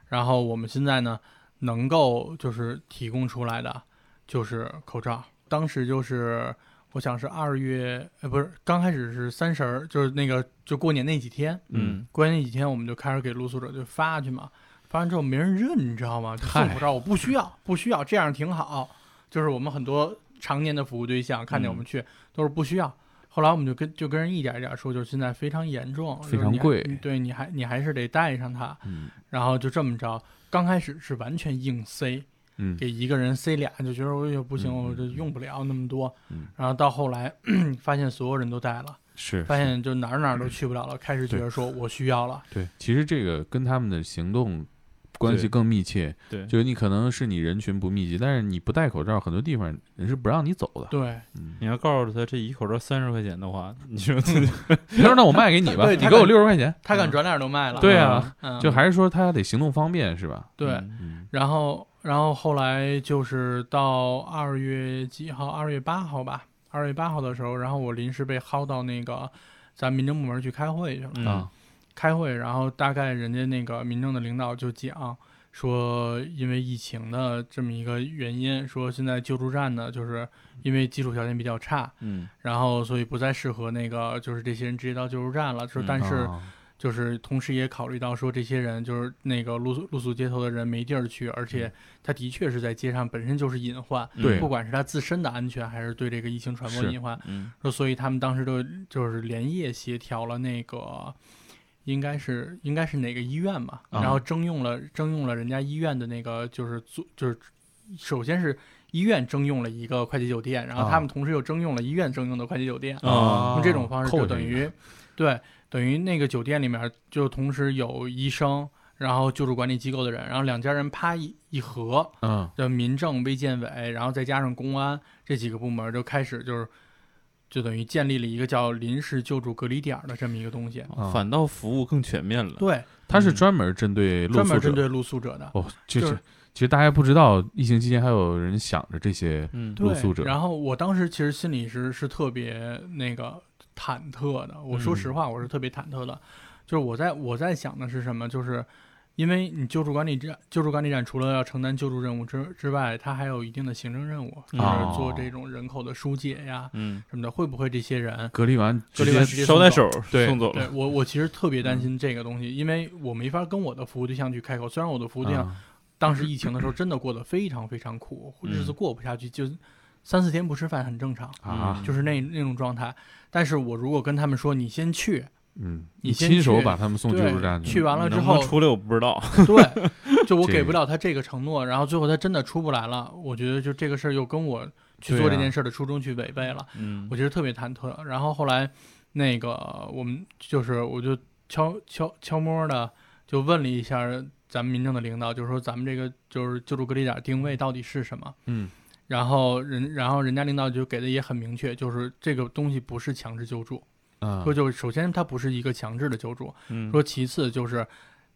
Speaker 2: 然后我们现在呢能够就是提供出来的就是口罩，当时就是。我想是二月，呃，不是，刚开始是三十儿，就是那个就过年那几天，
Speaker 1: 嗯
Speaker 2: 过年那几天我们就开始给露宿者就发去嘛，发完之后没人认，你知道吗？就送
Speaker 1: 嗨
Speaker 2: 口罩，我不需要，不需要，这样挺好。就是我们很多常年的服务对象看见
Speaker 1: 嗯
Speaker 2: 我们去、都是不需要。后来我们就跟就跟人一点一点说，就是现在非常严重，
Speaker 1: 非
Speaker 2: 就是
Speaker 1: 常
Speaker 2: 你还
Speaker 1: 贵
Speaker 2: 嗯对，你还你还是得带上它。
Speaker 1: 嗯
Speaker 2: 然后就这么着，刚开始是完全硬塞，
Speaker 1: 嗯
Speaker 2: 给一个人塞俩，就觉得我也不行，
Speaker 1: 嗯
Speaker 2: 我这用不了那么多。
Speaker 1: 嗯
Speaker 2: 然后到后来 发现所有人都带了，
Speaker 1: 是
Speaker 2: 发现就哪儿哪儿都去不了了，开始觉得说我需要了。
Speaker 1: 对，其实这个跟他们的行动关系
Speaker 3: 对
Speaker 1: 更密切。
Speaker 3: 对，
Speaker 1: 就是你可能是你人群不密集，但是你不戴口罩，很多地方人是不让你走的。
Speaker 2: 对，
Speaker 1: 嗯，
Speaker 3: 你要告诉他这一口罩三十块钱的 话，你说这
Speaker 1: 他说那我卖给你吧，
Speaker 2: 对
Speaker 1: 你
Speaker 2: 他
Speaker 1: 给我
Speaker 2: 敢
Speaker 1: 六十块钱。
Speaker 2: 他敢转脸都卖了。
Speaker 1: 对啊，
Speaker 2: 嗯，
Speaker 1: 就还是说他得行动方便是吧？
Speaker 2: 对。
Speaker 3: 嗯
Speaker 1: 嗯
Speaker 2: 然后，然后后来就是到二月几号，二月八号吧，二月八号的时候，然后我临时被薅到那个咱民政部门去开会去了。
Speaker 3: 嗯
Speaker 1: 啊，
Speaker 2: 开会，然后大概人家那个民政的领导就讲说，因为疫情的这么一个原因，说现在救助站呢，就是因为基础条件比较差，
Speaker 3: 嗯
Speaker 2: 然后所以不再适合那个就是这些人直接到救助站了。说但是
Speaker 1: 啊
Speaker 2: 就是同时也考虑到说这些人就是那个露宿露宿街头的人没地儿去，而且他的确是在街上本身就是隐患，
Speaker 1: 对
Speaker 2: 不管是他自身的安全还是对这个疫情传播的
Speaker 1: 是
Speaker 2: 隐患，
Speaker 3: 嗯
Speaker 2: 说所以他们当时就就是连夜协调了那个，应该是应该是哪个医院吧，
Speaker 1: 啊
Speaker 2: 然后征用了征用了人家医院的那个就是租就是，首先是医院征用了一个快捷酒店，然后
Speaker 1: 啊
Speaker 2: 他们同时又征用了医院征用的快捷酒店，
Speaker 3: 啊
Speaker 2: 用这种方式
Speaker 1: 扣
Speaker 2: 就
Speaker 1: 着
Speaker 2: 等
Speaker 1: 一个
Speaker 2: 于对等于那个酒店里面就同时有医生。然后救助管理机构的人，然后两家人啪一一合，
Speaker 1: 嗯
Speaker 2: 的民政、卫健委，然后再加上公安这几个部门，就开始就是就等于建立了一个叫临时救助隔离点儿的这么一个东西。
Speaker 1: 啊
Speaker 3: 反倒服务更全面了。
Speaker 2: 对，
Speaker 1: 它是专门针对露
Speaker 2: 嗯专
Speaker 1: 宿
Speaker 2: 门针
Speaker 1: 者。
Speaker 2: 对露宿者的。
Speaker 1: 哦，这
Speaker 2: 就是
Speaker 1: 是其实大家不知道，疫情期间还有人想着这些
Speaker 3: 嗯
Speaker 1: 露宿者
Speaker 2: 然后我当时其实心里是是特别那个忐忑的，我
Speaker 1: 嗯
Speaker 2: 说实话，我是特别忐忑的。就是我在我在想的是什么，就是因为你救助管理站救助管理站除了要承担救助任务之之外，它还有一定的行政任务，就是
Speaker 1: 哦
Speaker 2: 做这种人口的疏解呀、
Speaker 3: 嗯，
Speaker 2: 什么的。会不会这些人
Speaker 1: 隔离完
Speaker 2: 隔
Speaker 1: 直
Speaker 2: 离完
Speaker 1: 接
Speaker 2: 直接
Speaker 3: 捎带手
Speaker 1: 对
Speaker 3: 送走
Speaker 2: 对
Speaker 3: 了。嗯
Speaker 2: 我，我其实特别担心这个东西，因为我没法跟我的服务对象去开口。虽然我的服务对象
Speaker 1: 啊
Speaker 2: 当时疫情的时候真的过得非常非常苦，
Speaker 3: 嗯
Speaker 2: 日子过不下去，就三四天不吃饭很正常，
Speaker 1: 啊，
Speaker 2: 就是那那种状态。但是我如果跟他们说你先去，
Speaker 1: 嗯，
Speaker 2: 你
Speaker 1: 你
Speaker 2: 先
Speaker 1: 亲手
Speaker 2: 去
Speaker 1: 把他们送救助站
Speaker 2: 对，去完了之
Speaker 3: 嗯能不能
Speaker 2: 后，
Speaker 3: 出来我不知道。
Speaker 2: 对，就我
Speaker 1: 这
Speaker 2: 给不了他这个承诺，然后最后他真的出不来了，我觉得就这个事儿又跟我去
Speaker 1: 对
Speaker 2: 做
Speaker 1: 啊
Speaker 2: 这件事儿的初衷去违背了。
Speaker 3: 嗯
Speaker 2: 我觉得特别忐忑。然后后来那个我们就是我就悄悄悄摸的就问了一下咱们民政的领导，就是说咱们这个就是救助隔离点定位到底是什么？
Speaker 1: 嗯，
Speaker 2: 然后人然后人家领导就给的也很明确，就是这个东西不是强制救助，
Speaker 1: 啊
Speaker 2: 说就是首先它不是一个强制的救助，
Speaker 3: 嗯
Speaker 2: 说其次就是。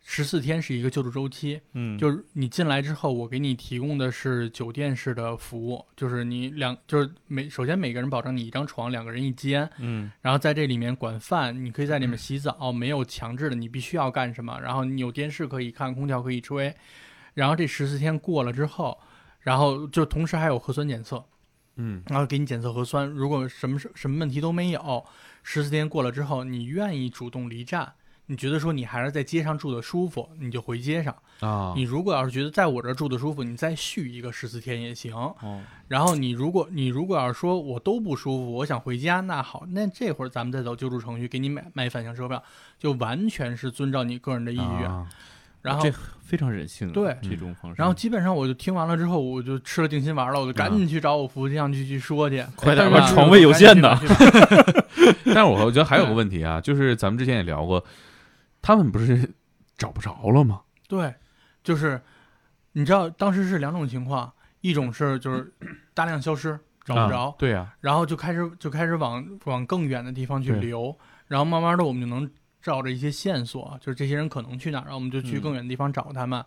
Speaker 2: 十四天是一个救助周期，
Speaker 3: 嗯
Speaker 2: 就是你进来之后，我给你提供的是酒店式的服务，就是你两就是每首先每个人保证你一张床，两个人一间，
Speaker 3: 嗯
Speaker 2: 然后在这里面管饭，你可以在里面洗澡，没有强制的你必须要干什么。然后你有电视可以看，空调可以吹。然后这十四天过了之后，然后就同时还有核酸检测，
Speaker 1: 嗯
Speaker 2: 然后给你检测核酸。如果什么事什么问题都没有，十四天过了之后，你愿意主动离站，你觉得说你还是在街上住的舒服，你就回街上。
Speaker 1: 啊
Speaker 2: 你如果要是觉得在我这儿住的舒服，你再续一个十四天也行。
Speaker 3: 哦
Speaker 2: 然后你如果你如果要是说我都不舒服，我想回家，那好，那这会儿咱们再走救助程序，给你买买返乡车票，就完全是遵照你个人的意愿。
Speaker 1: 啊
Speaker 2: 然后
Speaker 3: 这，非常人性啊，
Speaker 2: 对
Speaker 3: 这种方式。
Speaker 2: 然后基本上我就听完了之后，我就吃了定心丸了，我就赶紧去找我服务对象去去说去，
Speaker 3: 啊快点
Speaker 2: 但是
Speaker 3: 吧
Speaker 2: 我
Speaker 3: 床位有限呐
Speaker 2: 赶紧去买去买
Speaker 1: 但是我我觉得还有个问题啊，就是咱们之前也聊过，他们不是找不着了吗？
Speaker 2: 对，就是你知道当时是两种情况，一种是就是大量消失找不着
Speaker 1: 啊，对呀，
Speaker 2: 然后就开始就开始往往更远的地方去
Speaker 1: 对
Speaker 2: 流，然后慢慢的我们就能照着一些线索，啊就是这些人可能去哪儿，然后我们就去
Speaker 3: 嗯
Speaker 2: 更远的地方找他们，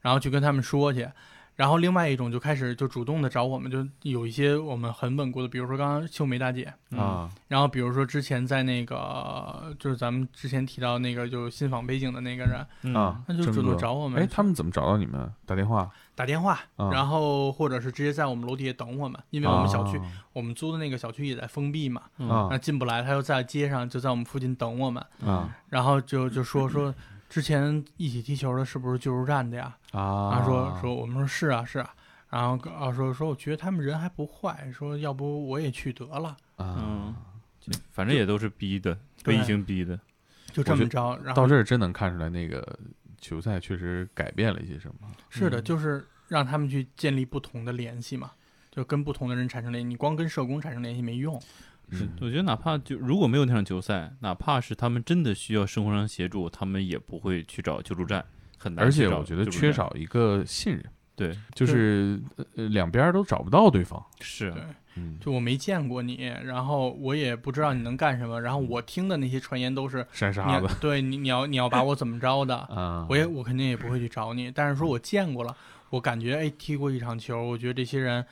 Speaker 2: 然后去跟他们说去。然后另外一种就开始就主动的找我们，就有一些我们很稳固的，比如说刚刚秀梅大姐，
Speaker 1: 啊
Speaker 2: 然后比如说之前在那个就是咱们之前提到那个就新访北京的那个人，
Speaker 3: 嗯
Speaker 1: 啊，
Speaker 2: 他就
Speaker 1: 真
Speaker 2: 主
Speaker 1: 不
Speaker 2: 动
Speaker 1: 错
Speaker 2: 找我们，
Speaker 1: 哎，他们怎么找到你们？打电话，
Speaker 2: 打电话，
Speaker 1: 啊
Speaker 2: 然后或者是直接在我们楼底下等我们，因为我们小区、
Speaker 1: 啊
Speaker 2: 我们租的那个小区也在封闭嘛，
Speaker 3: 嗯
Speaker 1: 啊
Speaker 2: 那进不来，他又在街上，就在我们附近等我们，
Speaker 1: 啊
Speaker 2: 然后就就说说之前一起踢球的是不是救助站的呀？然
Speaker 1: 啊
Speaker 2: 后嗯说说我们说是啊是啊，然后跟啊说说我觉得他们人还不坏，说要不我也去得了，
Speaker 1: 啊
Speaker 3: 嗯，反正也都是逼的，被
Speaker 2: 对
Speaker 3: 疫情逼的。
Speaker 2: 就这么着。然
Speaker 1: 到
Speaker 2: 后
Speaker 1: 这儿真能看出来，那个球赛确实改变了一些什么。
Speaker 2: 是的，就是让他们去建立不同的联系嘛，就跟不同的人产生联系，你光跟社工产生联系没用。
Speaker 3: 是
Speaker 1: 嗯，
Speaker 3: 我觉得哪怕就如果没有那场球赛，哪怕是他们真的需要生活上协助，他们也不会去找救助站，很难
Speaker 1: 而
Speaker 3: 去
Speaker 1: 且
Speaker 3: 找救助站。
Speaker 1: 我觉得缺少一个信任，
Speaker 3: 对
Speaker 1: 就是呃两边儿都找不到对方。
Speaker 3: 是
Speaker 2: 对
Speaker 1: 嗯，
Speaker 2: 就我没见过你，然后我也不知道你能干什么，然后我听的那些传言都是
Speaker 1: 筛
Speaker 2: 你
Speaker 1: 沙
Speaker 2: 要
Speaker 1: 子
Speaker 2: 对你你要你要把我怎么着的。
Speaker 1: 啊，
Speaker 2: 我也我肯定也不会去找你，但是说我见过了，我感觉哎踢过一场球，我觉得这些人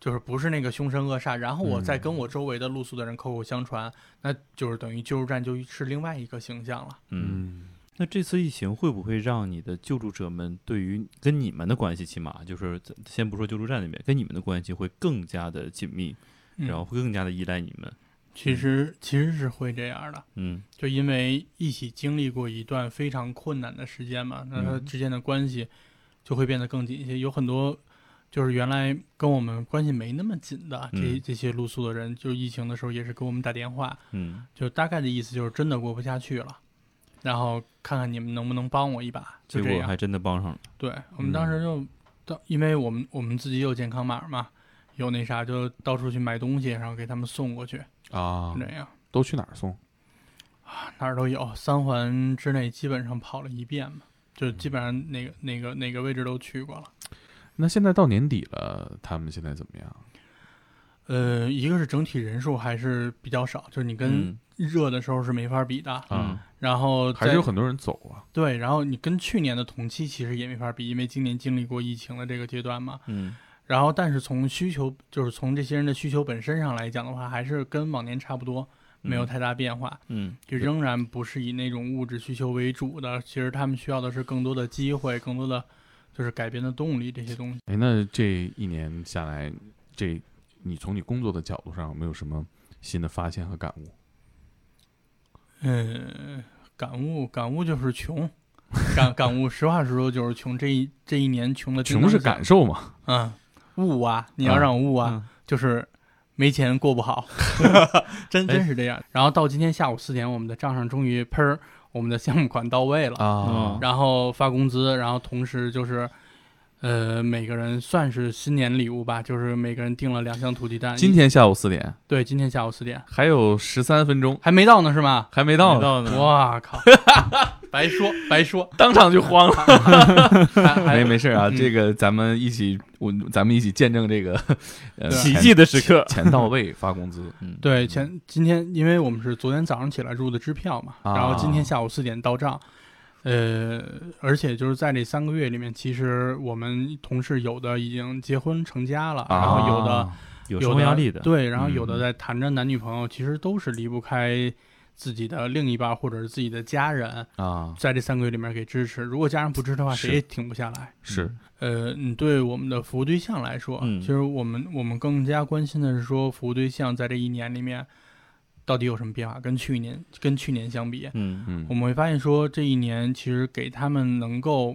Speaker 2: 就是不是那个凶神恶煞，然后我再
Speaker 3: 嗯
Speaker 2: 跟我周围的露宿的人口口相传，那就是等于救助站就是另外一个形象了。
Speaker 3: 嗯，那这次疫情会不会让你的救助者们对于跟你们的关系，起码就是咱先不说救助站那边，跟你们的关系会更加的紧密，
Speaker 2: 嗯
Speaker 3: 然后会更加的依赖你们？
Speaker 2: 其实其实是会这样的，
Speaker 3: 嗯
Speaker 2: 就因为一起经历过一段非常困难的时间嘛，那他
Speaker 3: 嗯
Speaker 2: 之间的关系就会变得更紧一些。有很多就是原来跟我们关系没那么紧的这
Speaker 3: 嗯
Speaker 2: 这些露宿的人，就疫情的时候也是给我们打电话，
Speaker 3: 嗯
Speaker 2: 就大概的意思就是真的过不下去了，然后看看你们能不能帮我一把，就
Speaker 3: 结
Speaker 2: 这
Speaker 3: 果
Speaker 2: 样。
Speaker 3: 还真的帮上了。
Speaker 2: 对我
Speaker 1: 嗯
Speaker 2: 们当时就到，因为我们我们自己有健康码嘛，有那啥就到处去买东西，然后给他们送过去，
Speaker 1: 啊
Speaker 2: 这，样啊
Speaker 1: 都去哪儿送？
Speaker 2: 哪儿都有，三环之内基本上跑了一遍嘛，就基本上哪个哪个哪个位置都去过了。
Speaker 1: 那现在到年底了，他们现在怎么样？
Speaker 2: 呃，一个是整体人数还是比较少，就是你跟
Speaker 3: 嗯
Speaker 2: 热的时候是没法比的。
Speaker 1: 啊，
Speaker 2: 然后
Speaker 1: 还
Speaker 2: 再
Speaker 1: 是有很多人走啊。
Speaker 2: 对，然后你跟去年的同期其实也没法比，因为今年经历过疫情的这个阶段嘛。
Speaker 3: 嗯
Speaker 2: 然后，但是从需求，就是从这些人的需求本身上来讲的话，还是跟往年差不多，没有太大变化。
Speaker 3: 嗯
Speaker 2: 就仍然不是以那种物质需求为主的，其实他们需要的是更多的机会，更多的就是改变的动力这些东西。
Speaker 1: 哎，那这一年下来，这你从你工作的角度上有没有什么新的发现和感悟？
Speaker 2: 嗯，感悟感悟就是穷，感感悟，实话实说就是穷。这一这一年穷的
Speaker 1: 穷是感受嘛？
Speaker 2: 嗯，悟啊，你要
Speaker 1: 嗯
Speaker 2: 让我悟啊，
Speaker 3: 嗯
Speaker 2: 就是没钱过 不好，真
Speaker 3: 哎
Speaker 2: 真是这样。然后到今天下午四点，我们的账上终于喷儿，我们的项目款到位了，
Speaker 1: 啊
Speaker 3: 嗯，
Speaker 2: 然后发工资，然后同时就是。呃，每个人算是新年礼物吧，就是每个人订了两箱土鸡蛋。
Speaker 1: 今天下午四点，
Speaker 2: 对，今天下午四点
Speaker 1: 还有十三分钟，
Speaker 2: 还没嗯到呢，是吗？
Speaker 1: 还没
Speaker 3: 没
Speaker 1: 到呢，
Speaker 3: 到呢，
Speaker 2: 哇靠，白说白说，
Speaker 1: 当场就慌了。
Speaker 2: 还 还
Speaker 1: 没没事啊，
Speaker 2: 嗯
Speaker 1: 这个咱们一起，我咱们一起见证这个呃
Speaker 2: 对
Speaker 3: 奇
Speaker 1: 钱
Speaker 3: 迹的时刻。
Speaker 1: 钱到位发工资。
Speaker 3: 嗯，
Speaker 2: 对，前今天因为我们是昨天早上起来入的支票嘛，
Speaker 1: 啊
Speaker 2: 然后今天下午四点到账，呃，而且就是在这三个月里面，其实我们同事有的已经结婚成家了， 然后有的
Speaker 1: 啊
Speaker 3: 有
Speaker 2: 有
Speaker 3: 生活压力的。
Speaker 2: 对，然后有的
Speaker 1: 嗯
Speaker 2: 在谈着男女朋友，其实都是离不开自己的另一半或者是自己的家人，
Speaker 1: 啊，
Speaker 2: 在这三个月里面给支持，如果家人不支持的话，
Speaker 1: 是
Speaker 2: 谁也停不下来。
Speaker 1: 是
Speaker 2: 呃，你对我们的服务对象来说，啊
Speaker 3: 嗯
Speaker 2: 其实我们我们更加关心的是说，服务对象在这一年里面到底有什么变化，跟去年跟去年相比，
Speaker 3: 嗯
Speaker 1: 嗯
Speaker 2: 我，们会发现说，这一年其实给他们能够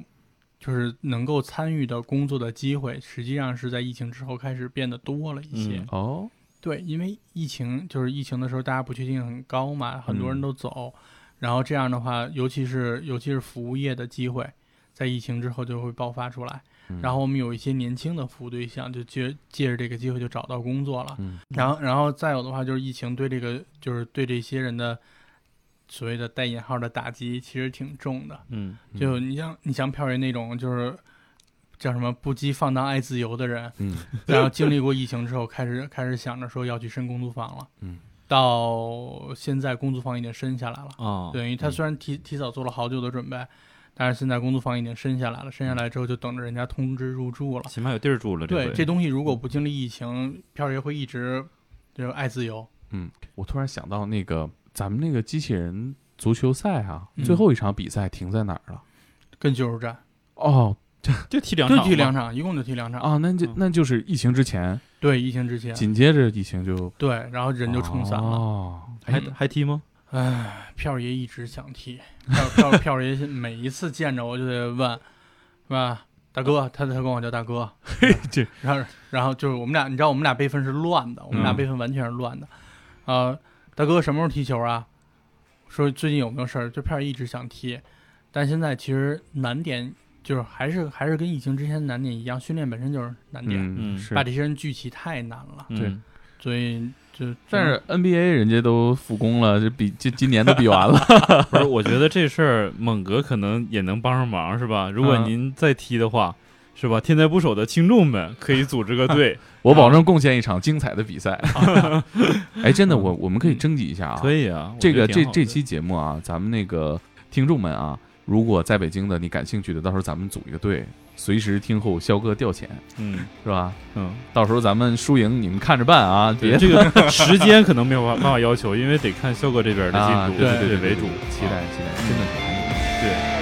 Speaker 2: 就是能够参与的工作的机会，实际上是在疫情之后开始变得多了一些。
Speaker 3: 嗯
Speaker 1: 哦，
Speaker 2: 对，因为疫情就是疫情的时候，大家不确定很高嘛，很多人
Speaker 1: 嗯
Speaker 2: 都走，然后这样的话，尤其是尤其是服务业的机会，在疫情之后就会爆发出来。
Speaker 1: 嗯
Speaker 2: 然后我们有一些年轻的服务对象，就借借着这个机会就找到工作了。
Speaker 1: 嗯
Speaker 2: 然后，然后再有的话就是疫情对这个就是对这些人的所谓的带引号的打击，其实挺重的。
Speaker 3: 嗯
Speaker 2: 就你像你像票爷那种就是叫什么不羁放荡爱自由的人，
Speaker 1: 嗯
Speaker 2: 然后经历过疫情之后，开始开始想着说要去申公租房了。
Speaker 1: 嗯，
Speaker 2: 到现在公租房已经申下来了，
Speaker 3: 啊，
Speaker 2: 等于他虽然提提早做了好久的准备，但是现在公租房已经申下来了，申下来之后就等着人家通知入住了。
Speaker 3: 起码有地儿住了。
Speaker 2: 对，嗯
Speaker 3: 回
Speaker 2: 这东西如果不经历疫情，票爷会一直就是爱自由。
Speaker 1: 我突然想到那个咱们那个机器人足球赛啊，
Speaker 2: 嗯
Speaker 1: 最后一场比赛停在哪儿了？
Speaker 2: 跟救助站
Speaker 1: 哦
Speaker 3: 就踢两
Speaker 2: 就
Speaker 3: 场，
Speaker 2: 踢两，场，一共就踢两场。
Speaker 1: 啊，那就
Speaker 3: 嗯
Speaker 1: 那就是疫情之前，
Speaker 2: 对，疫情之前，
Speaker 1: 紧接着疫情就
Speaker 2: 对，然后人就冲散了。
Speaker 1: 哦，
Speaker 3: 还
Speaker 2: 嗯
Speaker 3: 还踢吗？
Speaker 2: 唉，票爷一直想踢，票 票票爷每一次见着我就得问，是吧？大哥，他他管我叫大哥，
Speaker 1: 这
Speaker 2: 然后然后就是我们俩，你知道我们俩辈分是乱的，我们俩
Speaker 1: 嗯
Speaker 2: 辈分完全是乱的。呃，大哥什么时候踢球啊？说最近有没有事儿？这片儿一直想踢，但现在其实难点就是还是还是跟疫情之前的难点一样，训练本身就是难点，
Speaker 1: 嗯
Speaker 3: 嗯
Speaker 1: 是
Speaker 2: 把，这些人聚齐太难了，
Speaker 1: 对
Speaker 3: 嗯，
Speaker 2: 所以就
Speaker 1: 但是 NBA 人家都复工了，这比这今年都比完了，
Speaker 3: 不是，我觉得这事儿猛哥可能也能帮上忙，是吧？如果
Speaker 1: 嗯
Speaker 3: 您再踢的话，是吧？天才捕手的听众们可以组 织个队，
Speaker 1: 我保证贡献一场精彩的比赛。
Speaker 2: 啊
Speaker 1: 哎，真的，
Speaker 2: 嗯
Speaker 1: 我我们可以征集一下啊，
Speaker 3: 可以啊。我
Speaker 1: 这
Speaker 3: 觉
Speaker 1: 个
Speaker 3: 得挺
Speaker 1: 这
Speaker 3: 好
Speaker 1: 这
Speaker 3: 的
Speaker 1: 期节目啊，咱们那个听众们啊，如果在北京的你感兴趣的，到时候咱们组一个队，随时听候肖哥调遣，
Speaker 3: 嗯
Speaker 1: 是吧？
Speaker 3: 嗯，
Speaker 1: 到时候咱们输赢你们看着办啊，别
Speaker 3: 对，这个时间可能没有办法要求，因为得看肖哥这边的
Speaker 1: 啊，
Speaker 3: 进度
Speaker 1: 对对
Speaker 3: 为主，
Speaker 1: 期待期待，真的挺难得。
Speaker 3: 对。